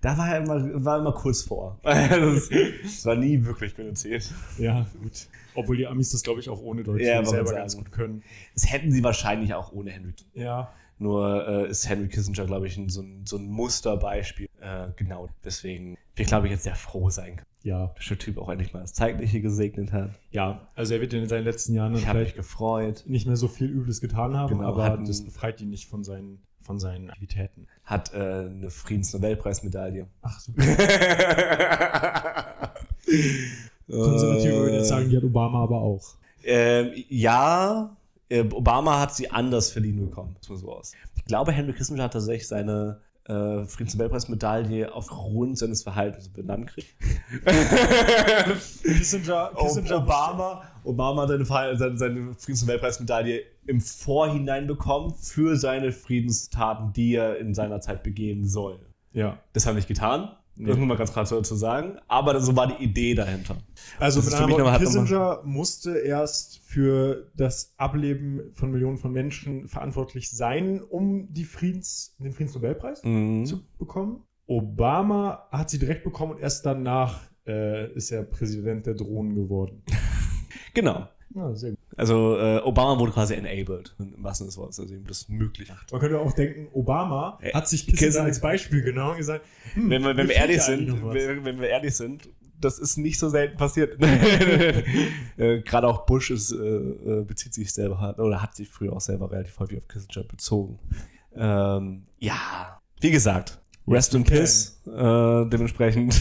[SPEAKER 1] Da war er immer, war immer kurz vor. Das, das war nie wirklich genozid.
[SPEAKER 2] Ja, gut. Obwohl die Amis das, glaube ich, auch ohne Deutsch
[SPEAKER 1] Ja, wollte
[SPEAKER 2] selber
[SPEAKER 1] sagen.
[SPEAKER 2] ganz gut können.
[SPEAKER 1] Das hätten sie wahrscheinlich auch ohne Henry. Kissinger.
[SPEAKER 2] Ja.
[SPEAKER 1] Nur äh, ist Henry Kissinger, glaube ich, ein, so, ein, so ein Musterbeispiel. Äh, genau. Deswegen, wir glaube ich, jetzt sehr froh sein können,
[SPEAKER 2] Ja.
[SPEAKER 1] dass der Typ auch endlich mal das Zeitliche gesegnet hat.
[SPEAKER 2] Ja. Also er wird in seinen letzten Jahren dann
[SPEAKER 1] Ich habe
[SPEAKER 2] vielleicht
[SPEAKER 1] mich gefreut.
[SPEAKER 2] nicht mehr so viel Übles getan haben,
[SPEAKER 1] Genau,
[SPEAKER 2] aber
[SPEAKER 1] hatten-
[SPEAKER 2] das befreit ihn nicht von seinen, von seinen Aktivitäten.
[SPEAKER 1] Hat äh, eine Friedensnobelpreismedaille.
[SPEAKER 2] Ach super.
[SPEAKER 3] Konservative
[SPEAKER 1] Konservative
[SPEAKER 3] würden jetzt sagen, die hat Obama aber auch.
[SPEAKER 1] Ähm, ja, äh, Obama hat sie anders verliehen bekommen. Das muss so aus. Ich glaube, Henry Kissinger hat tatsächlich seine äh, Friedensnobelpreismedaille aufgrund seines Verhaltens benannt gekriegt.
[SPEAKER 2] Oh, Kissinger,
[SPEAKER 1] Ob- Obama, Obama hat seine, Verhal- seine, seine Friedensnobelpreismedaille im Vorhinein bekommen für seine Friedenstaten, die er in seiner Zeit begehen soll.
[SPEAKER 2] Ja.
[SPEAKER 1] Das hat er nicht getan.
[SPEAKER 2] Nee.
[SPEAKER 1] Das muss man ganz klar dazu sagen. Aber so war die Idee dahinter.
[SPEAKER 2] Also
[SPEAKER 1] Das
[SPEAKER 2] mit
[SPEAKER 1] ist für mich nochmal-
[SPEAKER 2] anderen Worten,
[SPEAKER 1] hat
[SPEAKER 2] Kissinger musste erst für das Ableben von Millionen von Menschen verantwortlich sein, um die Friedens, den Friedensnobelpreis
[SPEAKER 1] Mhm.
[SPEAKER 2] zu bekommen. Obama hat sie direkt bekommen und erst danach äh, ist er Präsident der Drohnen geworden.
[SPEAKER 1] Genau.
[SPEAKER 2] Ja, sehr gut.
[SPEAKER 1] Also äh, Obama wurde quasi enabled, im wahrsten Sinne des Wortes, also ihm das möglich macht.
[SPEAKER 2] Man könnte auch denken, Obama
[SPEAKER 1] Äh,
[SPEAKER 2] hat sich Kissinger
[SPEAKER 1] Kissinger-
[SPEAKER 2] als Beispiel genommen und gesagt, hm,
[SPEAKER 1] Wenn wir, wenn wir
[SPEAKER 2] mir fehlt
[SPEAKER 1] ehrlich
[SPEAKER 2] ja eigentlich
[SPEAKER 1] sind,
[SPEAKER 2] noch was.
[SPEAKER 1] wenn wenn wir ehrlich sind, das ist nicht so selten passiert. äh, Gerade auch Bush ist, äh, äh, bezieht sich selber hat- oder hat sich früher auch selber relativ häufig auf Kissinger bezogen. Ähm, ja, wie gesagt, Rest in
[SPEAKER 2] Okay.
[SPEAKER 1] Peace. Äh, dementsprechend.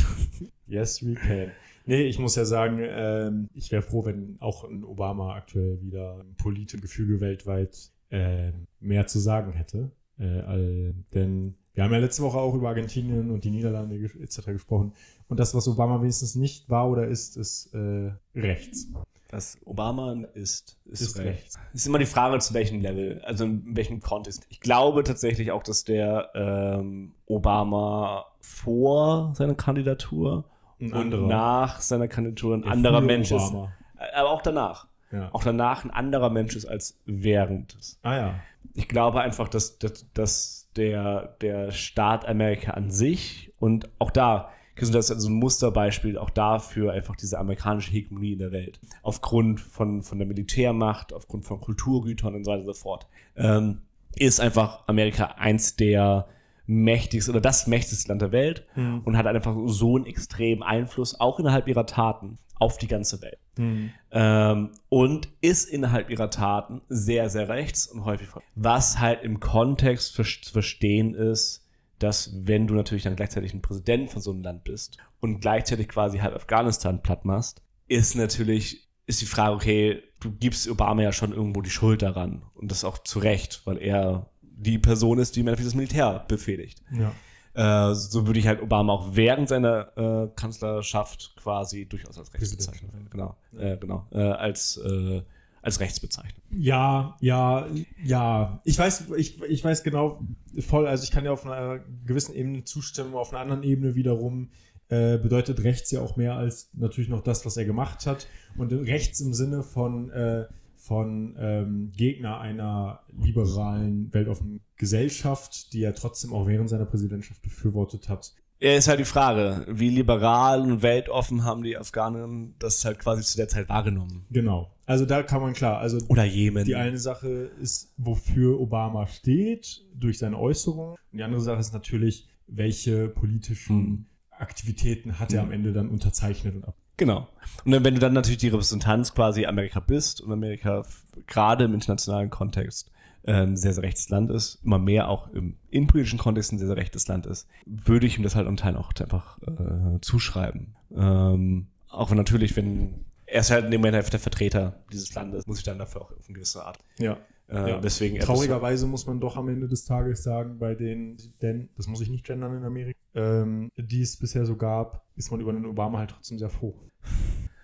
[SPEAKER 2] Yes, we can. Nee, ich muss ja sagen, ähm, ich wäre froh, wenn auch ein Obama aktuell wieder im politischen Gefüge weltweit ähm, mehr zu sagen hätte. Äh, all, denn wir haben ja letzte Woche auch über Argentinien und die Niederlande ges- etc. gesprochen. Und das, was Obama wenigstens nicht war oder ist, ist äh, rechts.
[SPEAKER 1] Das Obama ist, ist,
[SPEAKER 2] Ist
[SPEAKER 1] recht.
[SPEAKER 2] rechts.
[SPEAKER 1] Es ist immer die Frage, zu welchem Level, also in welchem Kontext. Ich glaube tatsächlich auch, dass der ähm, Obama vor seiner Kandidatur
[SPEAKER 2] Ein
[SPEAKER 1] und
[SPEAKER 2] anderer.
[SPEAKER 1] nach seiner Kandidatur ein
[SPEAKER 2] Der
[SPEAKER 1] anderer
[SPEAKER 2] frühe
[SPEAKER 1] Mensch ist. Äh,
[SPEAKER 2] Obama.
[SPEAKER 1] Aber auch danach.
[SPEAKER 2] Ja.
[SPEAKER 1] Auch danach ein anderer Mensch ist als während.
[SPEAKER 2] Ah ja.
[SPEAKER 1] Ich glaube einfach, dass, dass, dass der, der Staat Amerika an sich und auch da, Kissinger ist also ein Musterbeispiel auch dafür, einfach diese amerikanische Hegemonie in der Welt. Aufgrund von, von der Militärmacht, aufgrund von Kulturgütern und so weiter und so fort. Ähm, ist einfach Amerika eins der mächtigsten oder das mächtigste Land der Welt und hat einfach so einen extremen Einfluss, auch innerhalb ihrer Taten, auf die ganze Welt.
[SPEAKER 2] Hm.
[SPEAKER 1] Ähm, und ist innerhalb ihrer Taten sehr, sehr rechts und häufig von. Was halt im Kontext ver zu verstehen ist, dass wenn du natürlich dann gleichzeitig ein Präsident von so einem Land bist und gleichzeitig quasi halb Afghanistan platt machst, ist natürlich, ist die Frage, okay, du gibst Obama ja schon irgendwo die Schuld daran. Und das auch zu Recht, weil er die Person ist, die im Endeffekt das Militär befehligt.
[SPEAKER 2] Ja.
[SPEAKER 1] Äh, so würde ich halt Obama auch während seiner äh, Kanzlerschaft quasi durchaus als rechts
[SPEAKER 2] Präsident.
[SPEAKER 1] bezeichnen. Genau, äh, genau. Äh, als, äh, als rechts bezeichnen.
[SPEAKER 2] Ja, ja, ja. Ich weiß, ich, ich weiß genau voll, also ich kann ja auf einer gewissen Ebene zustimmen, auf einer anderen Ebene wiederum äh, bedeutet rechts ja auch mehr als natürlich noch das, was er gemacht hat. Und rechts im Sinne von, äh, von ähm, Gegner einer liberalen, weltoffenen Gesellschaft, die er trotzdem auch während seiner Präsidentschaft befürwortet hat.
[SPEAKER 1] Ja, ist halt die Frage, wie liberal und weltoffen haben die Afghanen das halt quasi zu der Zeit wahrgenommen?
[SPEAKER 2] Genau. Also da kann man klar, also
[SPEAKER 1] Oder Jemen.
[SPEAKER 2] Die eine Sache ist, wofür Obama steht durch seine Äußerungen. Und die andere Sache ist natürlich, welche politischen
[SPEAKER 1] Mhm.
[SPEAKER 2] Aktivitäten hat er
[SPEAKER 1] Hm.
[SPEAKER 2] am Ende dann unterzeichnet und ab.
[SPEAKER 1] Genau. Und dann, wenn du dann natürlich die Repräsentanz quasi Amerika bist und Amerika f- gerade im internationalen Kontext äh, ein sehr, sehr rechtes Land ist, immer mehr auch im innenpolitischen Kontext ein sehr, sehr rechtes Land ist, würde ich ihm das halt an Teilen auch einfach äh, zuschreiben. Ähm, auch wenn halt natürlich, wenn er ist halt in dem Moment einfach der Vertreter dieses Landes, muss ich dann dafür auch auf eine gewisse Art
[SPEAKER 2] Ja.
[SPEAKER 1] Äh,
[SPEAKER 2] Ja.
[SPEAKER 1] Deswegen
[SPEAKER 2] Traurigerweise muss man doch am Ende des Tages sagen, bei den, denn das muss ich nicht gendern in Amerika, ähm, die es bisher so gab, ist man über den Obama halt trotzdem sehr froh.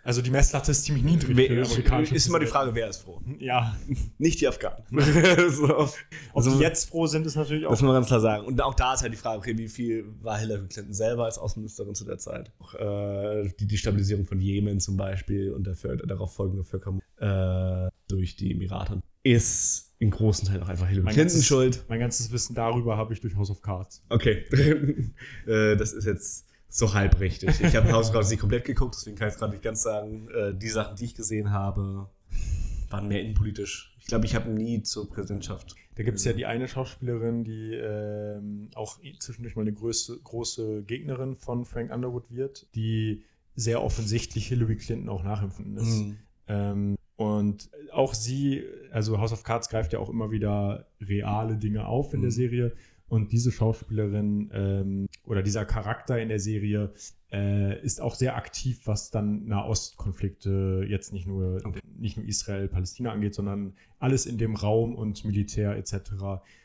[SPEAKER 2] Also die Messlatte ist ziemlich niedrig. für den
[SPEAKER 1] Episode,
[SPEAKER 2] amerikanischen
[SPEAKER 1] ist immer die
[SPEAKER 2] Präsidenten.
[SPEAKER 1] Frage, wer ist froh?
[SPEAKER 2] Ja,
[SPEAKER 1] Nicht die Afghanen. so.
[SPEAKER 2] ob
[SPEAKER 1] Also-
[SPEAKER 2] die jetzt froh sind, ist natürlich auch.
[SPEAKER 1] Das muss man ganz klar sagen. Und auch da ist halt die Frage, okay, wie viel war Hillary Clinton selber als Außenministerin zu der Zeit? Auch, äh, die Destabilisierung von Jemen zum Beispiel und der Völ- darauf folgende Völkermord äh, durch die Emirate ist in großen Teilen auch einfach Hillary
[SPEAKER 2] Mein
[SPEAKER 1] Clinton
[SPEAKER 2] ganzes-
[SPEAKER 1] schuld.
[SPEAKER 2] Mein ganzes Wissen darüber habe ich durch House of Cards.
[SPEAKER 1] Okay, äh, das ist jetzt so halb richtig. Ich habe House of Cards nicht komplett geguckt, deswegen kann ich es gerade nicht ganz sagen. Äh, die Sachen, die ich gesehen habe, waren mehr innenpolitisch. Ich glaube, ich habe nie zur Präsidentschaft.
[SPEAKER 2] Da gibt es ja die eine Schauspielerin, die ähm, auch zwischendurch mal eine große, große Gegnerin von Frank Underwood wird, die sehr offensichtlich Hillary Clinton auch nachempfunden
[SPEAKER 1] Mhm.
[SPEAKER 2] ist. Ähm, und auch sie, also House of Cards greift ja auch immer wieder reale Dinge auf in der
[SPEAKER 1] Mhm.
[SPEAKER 2] Serie. Und diese Schauspielerin ähm, oder dieser Charakter in der Serie äh, ist auch sehr aktiv, was dann Nahostkonflikte jetzt nicht nur,
[SPEAKER 1] Okay.
[SPEAKER 2] nicht nur Israel, Palästina angeht, sondern alles in dem Raum und Militär etc.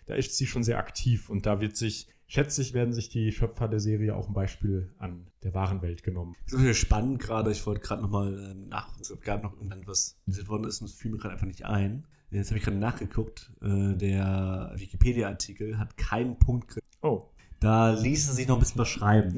[SPEAKER 2] Da ist sie schon sehr aktiv und da wird sich, schätze ich, werden sich die Schöpfer der Serie auch ein Beispiel an der wahren Welt genommen.
[SPEAKER 1] Das ist sehr spannend gerade. Ich wollte gerade nochmal äh, nach. Es gab gerade noch irgendwas gesagt worden ist und es fiel mir gerade einfach nicht ein. Jetzt habe ich gerade nachgeguckt. Äh, Der Wikipedia-Artikel hat keinen Punkt. gekriegt.
[SPEAKER 2] Oh.
[SPEAKER 1] Da ließe sich noch ein bisschen was schreiben.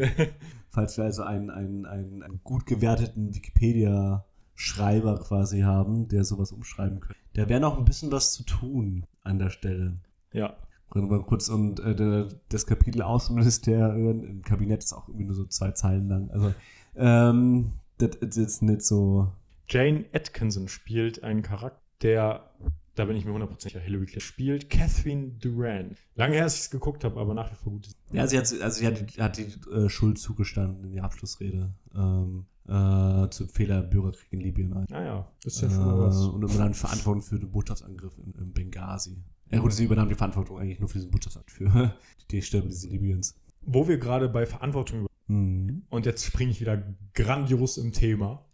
[SPEAKER 1] Falls wir also einen, einen, einen, einen gut gewerteten Wikipedia-Schreiber quasi haben, der sowas umschreiben könnte. Da wäre noch ein bisschen was zu tun an der Stelle.
[SPEAKER 2] ja.
[SPEAKER 1] Können wir mal kurz und äh, der, das Kapitel Außenministerium im Kabinett ist auch irgendwie nur so zwei Zeilen lang. Also, ähm, das ist jetzt nicht so.
[SPEAKER 2] Jane Atkinson spielt einen Charakter, der, da bin ich mir hundertprozentig sicher, Hillary Clinton spielt, Catherine Duran. Lange her, dass ich es geguckt habe, aber nach wie vor gut.
[SPEAKER 1] Ja, sie hat, also sie hat, die- hat die äh, Schuld zugestanden in der Abschlussrede ähm, äh, zum Fehler im Bürgerkrieg in Libyen ein.
[SPEAKER 2] Naja, das ist
[SPEAKER 1] Äh,
[SPEAKER 2] Ah ja schon mal was.
[SPEAKER 1] und übernahm Verantwortung für den Botschaftsangriff in, in Benghazi. Ja gut, sie übernahm die Verantwortung eigentlich nur für diesen Botschaftsangriff, für die Destabilisierung Libyens.
[SPEAKER 2] Wo wir gerade bei Verantwortung über.
[SPEAKER 1] Mhm.
[SPEAKER 2] Und jetzt springe ich wieder grandios im Thema.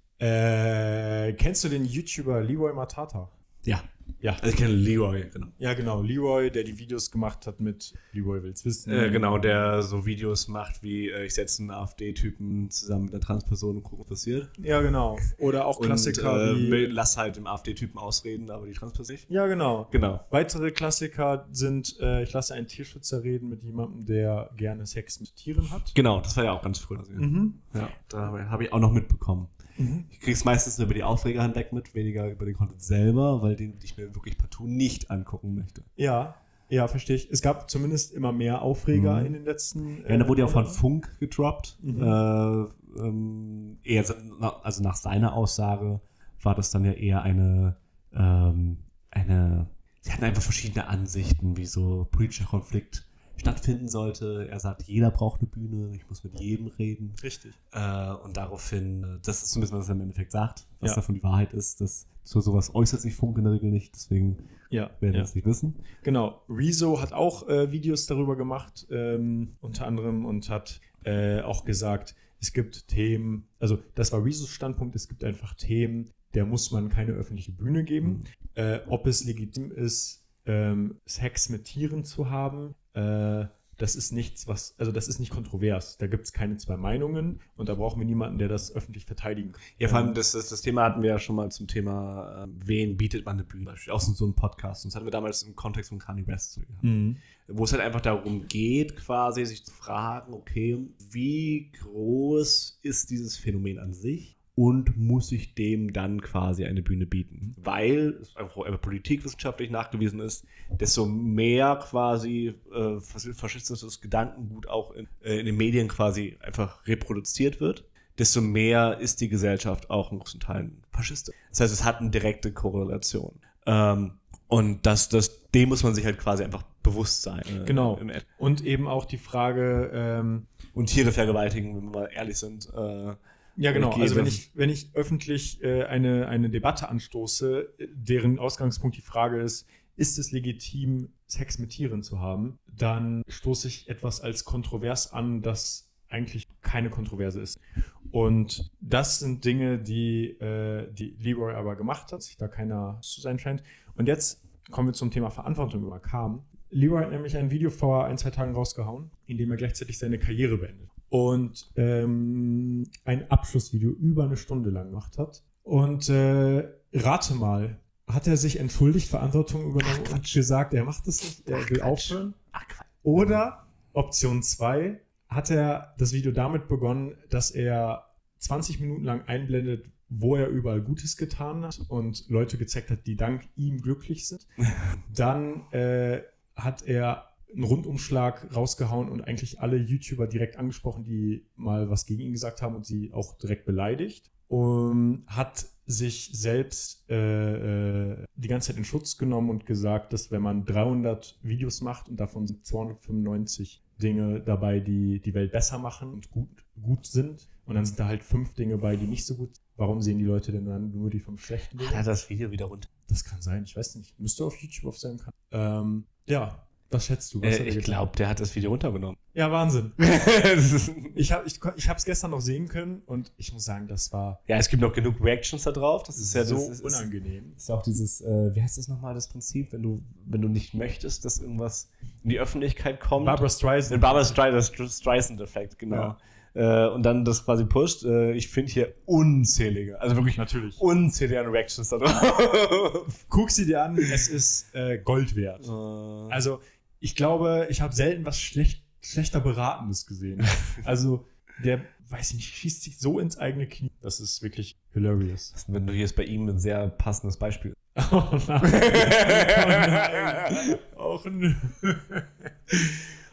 [SPEAKER 2] Äh, kennst du den YouTuber Leroy Matata?
[SPEAKER 1] Ja.
[SPEAKER 2] Ja.
[SPEAKER 1] Also ich kenne Leroy, genau.
[SPEAKER 2] Ja, genau. Leroy, der die Videos gemacht hat mit Leroy will's wissen.
[SPEAKER 1] Äh, genau, der so Videos macht wie äh, ich setze einen AfD-Typen zusammen mit einer Transperson und gucke, was passiert.
[SPEAKER 2] Ja, genau. Oder auch
[SPEAKER 1] Und,
[SPEAKER 2] Klassiker
[SPEAKER 1] äh,
[SPEAKER 2] wie.
[SPEAKER 1] Lass halt dem AfD-Typen ausreden, aber die Transperson nicht.
[SPEAKER 2] Ja, genau.
[SPEAKER 1] Genau.
[SPEAKER 2] Weitere Klassiker sind, äh, ich lasse einen Tierschützer reden mit jemandem, der gerne Sex mit Tieren hat.
[SPEAKER 1] Genau, das war ja auch ganz früh.
[SPEAKER 2] Mhm.
[SPEAKER 1] Ja, da habe ich auch noch mitbekommen.
[SPEAKER 2] Mhm.
[SPEAKER 1] Ich krieg's meistens nur über die Aufreger hinweg mit, weniger über den Content selber, weil den ich mir wirklich partout nicht angucken möchte.
[SPEAKER 2] Ja, ja, verstehe ich. Es gab zumindest immer mehr Aufreger
[SPEAKER 1] Mhm.
[SPEAKER 2] in den letzten. äh,
[SPEAKER 1] Ja, da wurde ja auch von
[SPEAKER 2] Jahren.
[SPEAKER 1] Funk gedroppt.
[SPEAKER 2] Mhm.
[SPEAKER 1] Äh, ähm, eher, so- na- also nach seiner Aussage war das dann ja eher eine, ähm, eine, sie hatten einfach verschiedene Ansichten, wie so politischer Konflikt stattfinden sollte. Er sagt, jeder braucht eine Bühne, ich muss mit jedem reden.
[SPEAKER 2] Richtig.
[SPEAKER 1] Äh, und daraufhin, äh, das ist zumindest, was er im Endeffekt sagt, was
[SPEAKER 2] Ja.
[SPEAKER 1] davon die Wahrheit ist, dass so sowas äußert sich Funk in der Regel nicht, deswegen
[SPEAKER 2] Ja,
[SPEAKER 1] werden wir
[SPEAKER 2] ja.
[SPEAKER 1] es nicht wissen.
[SPEAKER 2] genau. Rezo hat auch äh, Videos darüber gemacht, ähm, unter anderem, und hat äh, auch gesagt, es gibt Themen, also das war Rezos Standpunkt, es gibt einfach Themen, der muss man keine öffentliche Bühne geben. äh, ob es legitim ist, ähm, Sex mit Tieren zu haben, äh, das ist nichts, was, also das ist nicht kontrovers. Da gibt es keine zwei Meinungen und da brauchen wir niemanden, der das öffentlich verteidigen kann.
[SPEAKER 1] Ja, vor allem das, das, das Thema hatten wir ja schon mal zum Thema, äh, wen bietet man eine Bühne, zum Beispiel, auch so so ein Podcast. Und das hatten wir damals im Kontext von Kanye West so
[SPEAKER 2] Mhm.
[SPEAKER 1] gehabt. Wo es halt einfach darum geht, quasi sich zu fragen, okay, wie groß ist dieses Phänomen an sich und muss ich dem dann quasi eine Bühne bieten? Weil es einfach auch politikwissenschaftlich nachgewiesen ist, desto mehr quasi äh, fas- faschistisches Gedankengut auch in, äh, in den Medien quasi einfach reproduziert wird, desto mehr ist die Gesellschaft auch in großen Teilen faschistisch. Das heißt, es hat eine direkte Korrelation. Ähm, und das, das, dem muss man sich halt quasi einfach bewusst sein. äh,
[SPEAKER 2] Genau.
[SPEAKER 1] im Ed-
[SPEAKER 2] Und eben auch die Frage, ähm,
[SPEAKER 1] Und Tiere vergewaltigen, wenn wir mal ehrlich sind. Äh,
[SPEAKER 2] ja genau,
[SPEAKER 1] Okay,
[SPEAKER 2] also wenn
[SPEAKER 1] dann-
[SPEAKER 2] ich, wenn ich öffentlich äh, eine, eine Debatte anstoße, äh, deren Ausgangspunkt die Frage ist, ist es legitim, Sex mit Tieren zu haben, dann stoße ich etwas als kontrovers an, das eigentlich keine Kontroverse ist. Und das sind Dinge, die, äh, die Leroy aber gemacht hat, sich da keiner zu sein scheint. Und jetzt kommen wir zum Thema Verantwortung über Carmen. Leroy hat nämlich ein Video vor ein, zwei Tagen rausgehauen, in dem er gleichzeitig seine Karriere beendet und ähm, ein Abschlussvideo über eine Stunde lang gemacht hat. Und äh, rate mal, hat er sich entschuldigt, Verantwortung übernommen und hat gesagt, er macht das nicht, er will aufhören?
[SPEAKER 1] Ach, Quatsch.
[SPEAKER 2] Oder Option 2 hat er das Video damit begonnen, dass er 20 Minuten lang einblendet, wo er überall Gutes getan hat und Leute gezeigt hat, die dank ihm glücklich sind. Dann äh, hat er einen Rundumschlag rausgehauen und eigentlich alle YouTuber direkt angesprochen, die mal was gegen ihn gesagt haben und sie auch direkt beleidigt. Und hat sich selbst äh, äh, die ganze Zeit in Schutz genommen und gesagt, dass wenn man 300 Videos macht und davon sind 295 Dinge dabei, die die Welt besser machen und gut, gut sind, und dann sind da halt fünf Dinge bei, die nicht so gut sind, warum sehen die Leute denn dann nur die fünf schlechten Dinge?
[SPEAKER 1] Hat er das Video wieder runter?
[SPEAKER 2] Das kann sein, ich weiß nicht. Müsste auf YouTube auf seinem Kanal. Ähm, ja, was schätzt du? Was hat
[SPEAKER 1] Äh,
[SPEAKER 2] er
[SPEAKER 1] ich
[SPEAKER 2] getan?
[SPEAKER 1] glaube, der hat das Video runtergenommen.
[SPEAKER 2] Ja, Wahnsinn.
[SPEAKER 1] Das ist-
[SPEAKER 2] Ich habe es ich, ko- ich hab's gestern noch sehen können und ich muss sagen, das war
[SPEAKER 1] ja, es gibt noch genug Reactions da drauf. Das ist ja
[SPEAKER 2] so
[SPEAKER 1] das ist, ist,
[SPEAKER 2] unangenehm.
[SPEAKER 1] ist ja auch dieses, äh, wie heißt das nochmal, das Prinzip, wenn du, wenn du nicht möchtest, dass irgendwas in die Öffentlichkeit kommt.
[SPEAKER 2] Barbara
[SPEAKER 1] Den
[SPEAKER 2] Streisand.
[SPEAKER 1] Barbara Streisand, Streisand Effekt, genau. Äh, und dann das quasi pusht. Äh, ich finde hier unzählige, also wirklich
[SPEAKER 2] Natürlich.
[SPEAKER 1] unzählige Reactions da drauf.
[SPEAKER 2] Guck sie dir an, es ist äh, Gold wert.
[SPEAKER 1] Äh,
[SPEAKER 2] Also, ich glaube, ich habe selten was schlecht, schlechter Beratendes gesehen. Also, der, weiß ich nicht, schießt sich so ins eigene Knie. Das ist wirklich hilarious.
[SPEAKER 1] wenn du hier ist bei ihm ein sehr passendes Beispiel.
[SPEAKER 2] Oh nein. Oh nein. Auch nö.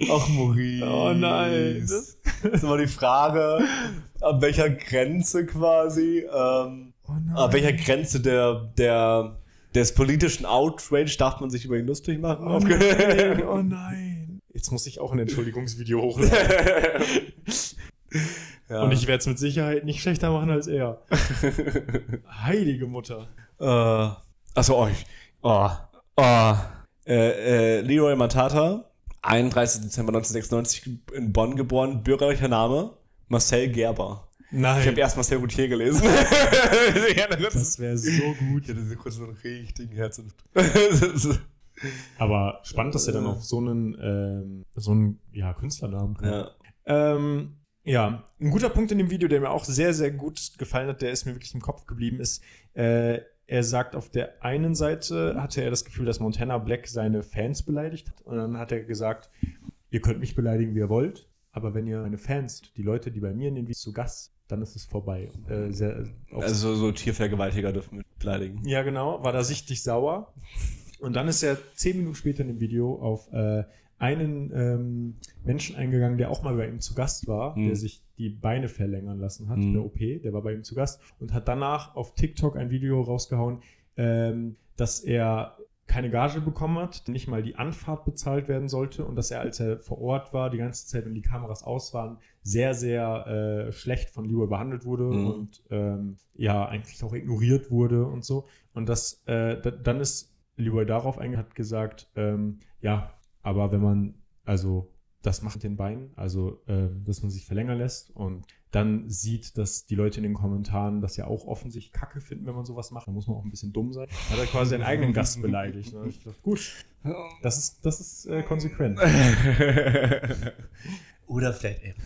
[SPEAKER 1] Ach, Maurice.
[SPEAKER 2] Oh nein.
[SPEAKER 1] Das, das ist immer die Frage, ab welcher Grenze quasi, ähm,
[SPEAKER 2] Oh nein.
[SPEAKER 1] ab welcher Grenze der, der, des politischen Outrage darf man sich über ihn lustig machen?
[SPEAKER 2] Oh nein, oh nein. Jetzt muss ich auch ein Entschuldigungsvideo hochladen.
[SPEAKER 1] ja.
[SPEAKER 2] Und ich werde es mit Sicherheit nicht schlechter machen als er. Heilige Mutter.
[SPEAKER 1] Äh, achso, oh, ich- oh, oh. Äh, äh, Leroy Matata, 31. Dezember 1996 in Bonn geboren, bürgerlicher Name, Marcel Gerber. Ich
[SPEAKER 2] Nein.
[SPEAKER 1] habe erst Marcel Routier gelesen. ich hatte kurz-
[SPEAKER 2] das wäre so
[SPEAKER 1] ich
[SPEAKER 2] gut.
[SPEAKER 1] hatte kurz so einen richtigen Herzinfarkt.
[SPEAKER 2] Aber spannend, dass er dann auf so einen, ähm, so einen ja, Künstlernamen kommt.
[SPEAKER 1] ja.
[SPEAKER 2] Ähm, ja, ein guter Punkt in dem Video, der mir auch sehr, sehr gut gefallen hat, der ist mir wirklich im Kopf geblieben, ist, äh, er sagt, auf der einen Seite hatte er das Gefühl, dass Montana Black seine Fans beleidigt hat. Und dann hat er gesagt, ihr könnt mich beleidigen, wie ihr wollt, aber wenn ihr meine Fans, die Leute, die bei mir in den Videos zu Gast, sind, dann ist es vorbei. Und, Äh, sehr, auch
[SPEAKER 1] Also so Tiervergewaltiger dürfen wir beleidigen.
[SPEAKER 2] ja, genau, war da sichtlich sauer. Und dann ist er zehn Minuten später in dem Video auf äh, einen ähm, Menschen eingegangen, der auch mal bei ihm zu Gast war,
[SPEAKER 1] Hm.
[SPEAKER 2] der sich die Beine verlängern lassen hat,
[SPEAKER 1] Hm.
[SPEAKER 2] der OP, der war bei ihm zu Gast und hat danach auf TikTok ein Video rausgehauen, ähm, dass er keine Gage bekommen hat, nicht mal die Anfahrt bezahlt werden sollte und dass er, als er vor Ort war, die ganze Zeit, wenn die Kameras aus waren, sehr, sehr äh, schlecht von Leroy behandelt wurde
[SPEAKER 1] Mhm.
[SPEAKER 2] und ähm, ja, eigentlich auch ignoriert wurde und so. Und das, äh, da, dann ist Leroy darauf eingegangen, hat gesagt, ähm, ja, aber wenn man, also das macht mit den Beinen, also ähm, dass man sich verlängern lässt und dann sieht, dass die Leute in den Kommentaren das ja auch offensichtlich kacke finden, wenn man sowas macht. Da muss man auch ein bisschen dumm sein. Hat er quasi seinen eigenen Gast beleidigt. Ne? Ich dachte, gut, das ist, das ist äh, konsequent.
[SPEAKER 1] Oder vielleicht eben.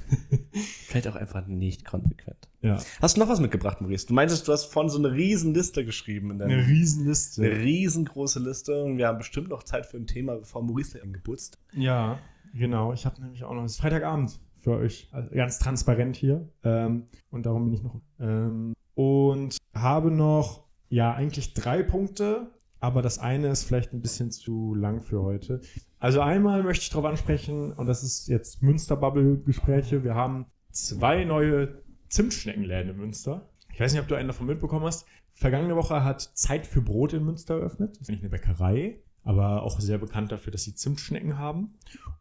[SPEAKER 1] vielleicht auch einfach nicht konsequent.
[SPEAKER 2] Ja.
[SPEAKER 1] Hast du noch was mitgebracht, Maurice? Du meintest, du hast vorhin so eine riesen Liste geschrieben in deinem
[SPEAKER 2] Eine
[SPEAKER 1] Eine
[SPEAKER 2] Riesenliste.
[SPEAKER 1] riesengroße Liste und wir haben bestimmt noch Zeit für ein Thema, bevor Maurice gleich angeputzt.
[SPEAKER 2] Ja, genau. Ich habe nämlich auch noch, es ist Freitagabend für euch, also ganz transparent hier. Ähm, und darum bin ich noch. Ähm, und habe noch, ja, eigentlich drei Punkte, aber das eine ist vielleicht ein bisschen zu lang für heute. Also einmal möchte ich darauf ansprechen, und das ist jetzt Münster-Bubble-Gespräche. Wir haben zwei neue Zimtschneckenläden in Münster. Ich weiß nicht, ob du einen davon mitbekommen hast. Vergangene Woche hat Zeit für Brot in Münster eröffnet. Das ist nicht eine Bäckerei, aber auch sehr bekannt dafür, dass sie Zimtschnecken haben.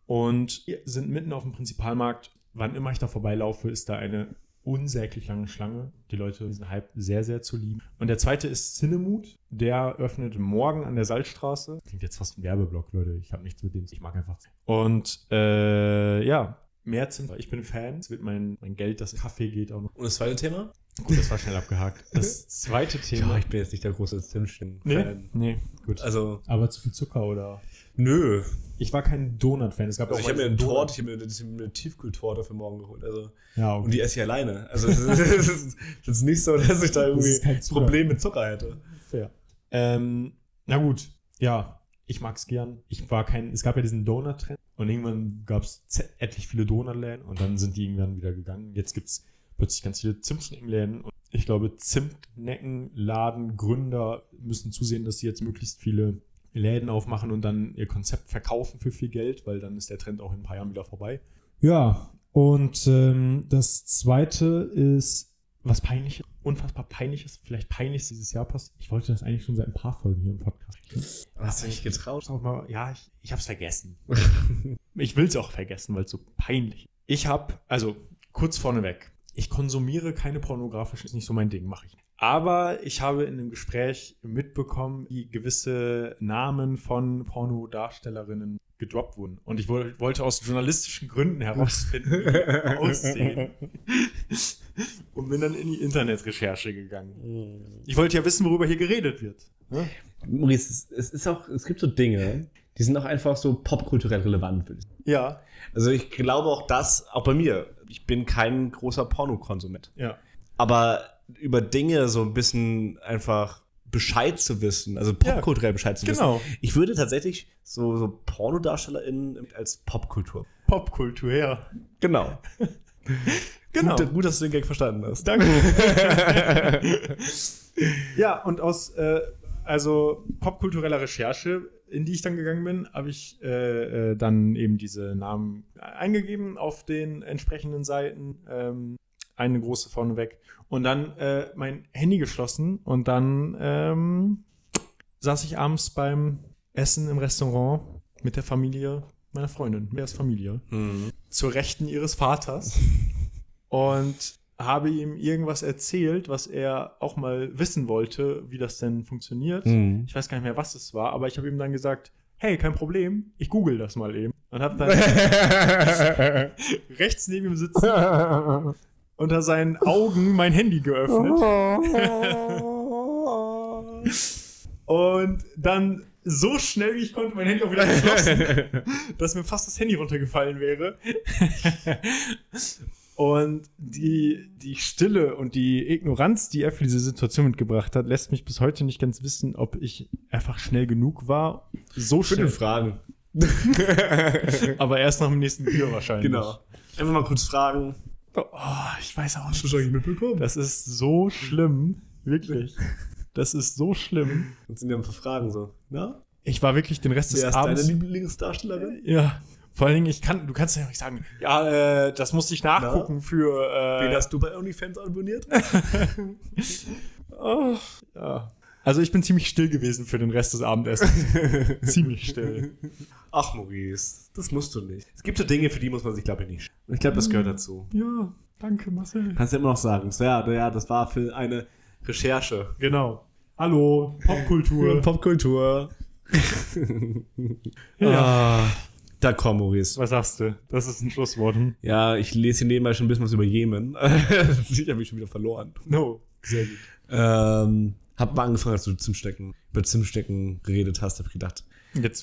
[SPEAKER 2] Und wir sind mitten auf dem Prinzipalmarkt. Wann immer ich da vorbeilaufe, ist da eine unsäglich lange Schlange. Die Leute sind halb sehr, sehr zu lieben. Und der zweite ist Cinemut. Der öffnet morgen an der Salzstraße. Klingt jetzt fast ein Werbeblock, Leute. Ich habe nichts mit dem. Ich mag einfach. Und äh, ja, mehr Zimt. Ich bin Fan. Es wird mein, mein Geld, das in Kaffee geht, auch noch.
[SPEAKER 1] Und das zweite Thema?
[SPEAKER 4] Gut, das war schnell abgehakt. Das zweite
[SPEAKER 1] Ja,
[SPEAKER 4] Thema.
[SPEAKER 1] ich bin jetzt nicht der große Simpson-Fan.
[SPEAKER 2] Nee.
[SPEAKER 4] Gut, also,
[SPEAKER 2] Aber zu viel Zucker oder?
[SPEAKER 1] Nö.
[SPEAKER 2] Ich war kein Donut-Fan. Es gab
[SPEAKER 1] Also ich
[SPEAKER 2] auch
[SPEAKER 1] habe mir eine
[SPEAKER 2] einen
[SPEAKER 1] Torte, ich habe mir, ich hab mir eine Tiefkühltorte für morgen geholt. Also,
[SPEAKER 2] Ja,
[SPEAKER 1] und
[SPEAKER 2] okay.
[SPEAKER 1] die esse ich alleine. Also es ist, es ist jetzt nicht so, dass ich da
[SPEAKER 2] Das
[SPEAKER 1] irgendwie
[SPEAKER 2] ist kein Zucker.
[SPEAKER 1] Problem mit Zucker hätte.
[SPEAKER 2] Fair. Ähm, na gut, ja, ich mag's gern. Ich war kein, es gab ja diesen Donut-Trend und irgendwann gab's z- etlich viele Donut-Läden und dann sind die irgendwann wieder gegangen. Jetzt gibt's plötzlich ganz viele Zimtschnecken-Läden und ich glaube, Zimtnecken, Laden, Gründer müssen zusehen, dass sie jetzt möglichst viele Läden aufmachen und dann ihr Konzept verkaufen für viel Geld, weil dann ist der Trend auch in ein paar Jahren wieder vorbei. Ja, und ähm, das zweite ist was peinliches, unfassbar peinliches, vielleicht peinlichst dieses Jahr passt. Ich wollte das eigentlich schon seit ein paar Folgen hier im Podcast.
[SPEAKER 1] Hast du nicht
[SPEAKER 2] Ich
[SPEAKER 1] getraut?
[SPEAKER 2] auch mal, ja, ich, ich habe es vergessen. ich will es auch vergessen, weil es so peinlich ist. Ich habe, also kurz vorneweg, ich konsumiere keine pornografischen, ist nicht so mein Ding, mache ich. nicht. Aber ich habe in einem Gespräch mitbekommen, wie gewisse Namen von Pornodarstellerinnen gedroppt wurden. Und ich woll- wollte aus journalistischen Gründen herausfinden, wie die aussehen. Und bin dann in die Internetrecherche gegangen. Ich wollte ja wissen, worüber hier geredet wird.
[SPEAKER 4] Maurice, es, es ist auch, es gibt so Dinge, die sind auch einfach so popkulturell relevant. würde ich sagen.
[SPEAKER 2] Ja.
[SPEAKER 1] Also ich glaube auch das, auch bei mir. Ich bin kein großer Pornokonsument.
[SPEAKER 2] Ja.
[SPEAKER 1] Aber über Dinge so ein bisschen einfach Bescheid zu wissen, also popkulturell Bescheid zu
[SPEAKER 2] Genau.
[SPEAKER 1] wissen. Ich würde tatsächlich so, so PornodarstellerInnen als Popkultur.
[SPEAKER 2] Popkultur, ja.
[SPEAKER 1] Genau.
[SPEAKER 2] Genau.
[SPEAKER 1] Gut, gut, dass du den Gag verstanden hast.
[SPEAKER 2] Danke. ja, und aus äh, also popkultureller Recherche, in die ich dann gegangen bin, habe ich äh, äh, dann eben diese Namen eingegeben auf den entsprechenden Seiten. Ähm, eine große vorneweg. Und dann äh, mein Handy geschlossen und dann ähm, saß ich abends beim Essen im Restaurant mit der Familie meiner Freundin, mehr als Familie
[SPEAKER 1] Hm.
[SPEAKER 2] zur Rechten ihres Vaters und habe ihm irgendwas erzählt, was er auch mal wissen wollte, wie das denn funktioniert.
[SPEAKER 1] Hm.
[SPEAKER 4] Hm.
[SPEAKER 2] Ich weiß gar nicht mehr, was es war, aber ich habe ihm dann gesagt, hey, kein Problem, ich google das mal eben. Und habe dann rechts neben ihm sitzen, unter seinen Augen mein Handy geöffnet. Und dann so schnell wie ich konnte, mein Handy auch wieder geschlossen, dass mir fast das Handy runtergefallen wäre. Und die, die Stille und die Ignoranz, die er für diese Situation mitgebracht hat, lässt mich bis heute nicht ganz wissen, ob ich einfach schnell genug war. So
[SPEAKER 1] Schöne
[SPEAKER 2] schnell.
[SPEAKER 1] Fragen.
[SPEAKER 2] Aber erst nach dem nächsten Bier wahrscheinlich.
[SPEAKER 1] Genau. Einfach mal kurz fragen.
[SPEAKER 2] Oh, ich weiß auch nicht.
[SPEAKER 1] du schon mitbekommen?
[SPEAKER 2] Das ist so schlimm. Wirklich. Das ist so schlimm.
[SPEAKER 1] Und sind ja ein paar Fragen so. Na?
[SPEAKER 2] Ich war wirklich den Rest des
[SPEAKER 1] Wer ist deine
[SPEAKER 2] Abends.
[SPEAKER 1] Lieblingsdarstellerin?
[SPEAKER 2] Ja. Vor allen Dingen, ich kann, du kannst ja nicht sagen, ja, äh, das musste ich nachgucken für. Äh,
[SPEAKER 1] Wen hast du bei OnlyFans abonniert?
[SPEAKER 2] oh, ja. Also ich bin ziemlich still gewesen für den Rest des Abendessens. ziemlich still.
[SPEAKER 1] Ach, Maurice, das musst du nicht. Es gibt so Dinge, für die muss man sich, glaube ich, nicht. schämen. Und ich glaube, das gehört dazu.
[SPEAKER 2] Ja, danke, Marcel.
[SPEAKER 1] Kannst du immer noch sagen. So, ja, ja, das war für eine Recherche.
[SPEAKER 2] Genau. Hallo, Popkultur.
[SPEAKER 1] Popkultur. ah, da komm, Maurice.
[SPEAKER 2] Was sagst du? Das ist ein Schlusswort.
[SPEAKER 1] Ja, ich lese hier nebenbei schon ein bisschen was über Jemen. ich habe mich schon wieder verloren.
[SPEAKER 2] No.
[SPEAKER 1] Ähm, hab mal angefangen, als du Zimtstecken, über Zimtstecken geredet hast, habe ich gedacht,
[SPEAKER 2] Jetzt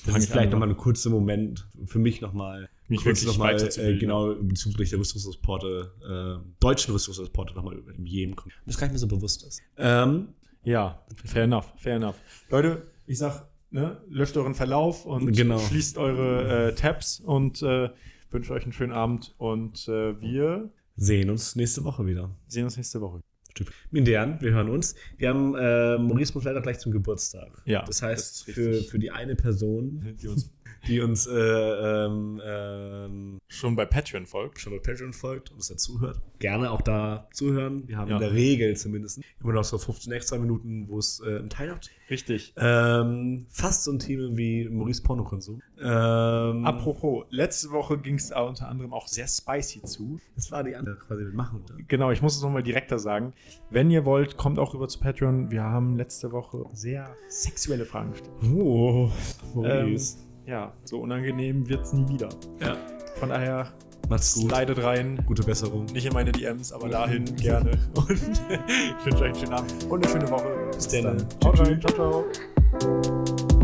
[SPEAKER 1] das
[SPEAKER 2] fange
[SPEAKER 1] ist
[SPEAKER 2] ich
[SPEAKER 1] vielleicht
[SPEAKER 2] an,
[SPEAKER 1] nochmal ein kurzer Moment für mich nochmal.
[SPEAKER 2] Mich
[SPEAKER 1] kurz
[SPEAKER 2] wirklich
[SPEAKER 1] nochmal, äh,
[SPEAKER 2] weiterzubilden.
[SPEAKER 1] genau im Bezug der Rüstungsexporte, äh, deutschen Rüstungsexporte nochmal im Jemen kommt. Das gar nicht mehr so bewusst ist. Ähm,
[SPEAKER 2] Ja, fair enough, fair enough. Leute, ich sag, ne, löscht euren Verlauf und
[SPEAKER 1] Genau.
[SPEAKER 2] schließt eure äh, Tabs und äh, wünsche euch einen schönen Abend und äh, wir
[SPEAKER 1] sehen uns nächste Woche wieder.
[SPEAKER 2] sehen uns nächste Woche.
[SPEAKER 1] Mindern, wir hören uns. Wir haben, äh, Maurice muss leider gleich zum Geburtstag.
[SPEAKER 2] Ja,
[SPEAKER 1] Das
[SPEAKER 2] das ist
[SPEAKER 1] heißt, für,
[SPEAKER 2] richtig.
[SPEAKER 1] für die eine Person,
[SPEAKER 2] Die uns
[SPEAKER 1] die uns äh, ähm, ähm,
[SPEAKER 2] schon bei Patreon folgt.
[SPEAKER 1] schon bei Patreon folgt und uns da zuhört, gerne auch da zuhören. Wir haben
[SPEAKER 2] Ja.
[SPEAKER 1] in der Regel zumindest immer noch so 15 extra Minuten, wo es äh, im Teil noch
[SPEAKER 2] Richtig.
[SPEAKER 1] ähm, fast so ein Thema wie Maurice Pornokonsum.
[SPEAKER 2] Mhm.
[SPEAKER 1] Ähm,
[SPEAKER 2] Apropos, letzte Woche ging es unter anderem auch sehr spicy zu.
[SPEAKER 1] Das war die andere quasi mit machen, oder?
[SPEAKER 2] Genau, ich muss es nochmal direkter sagen. Wenn ihr wollt, kommt auch rüber zu Patreon. Wir haben letzte Woche sehr sexuelle Fragen gestellt.
[SPEAKER 1] Oh,
[SPEAKER 2] Ja, so unangenehm wird es nie wieder.
[SPEAKER 1] Ja.
[SPEAKER 2] Von daher
[SPEAKER 1] Macht's gut.
[SPEAKER 2] Leidet rein.
[SPEAKER 5] Gute Besserung.
[SPEAKER 2] Nicht in meine DMs, aber dahin gerne. Und ich wünsche euch einen schönen Abend und eine schöne Woche. Bis
[SPEAKER 1] dann.
[SPEAKER 2] Haut rein. Ciao, ciao.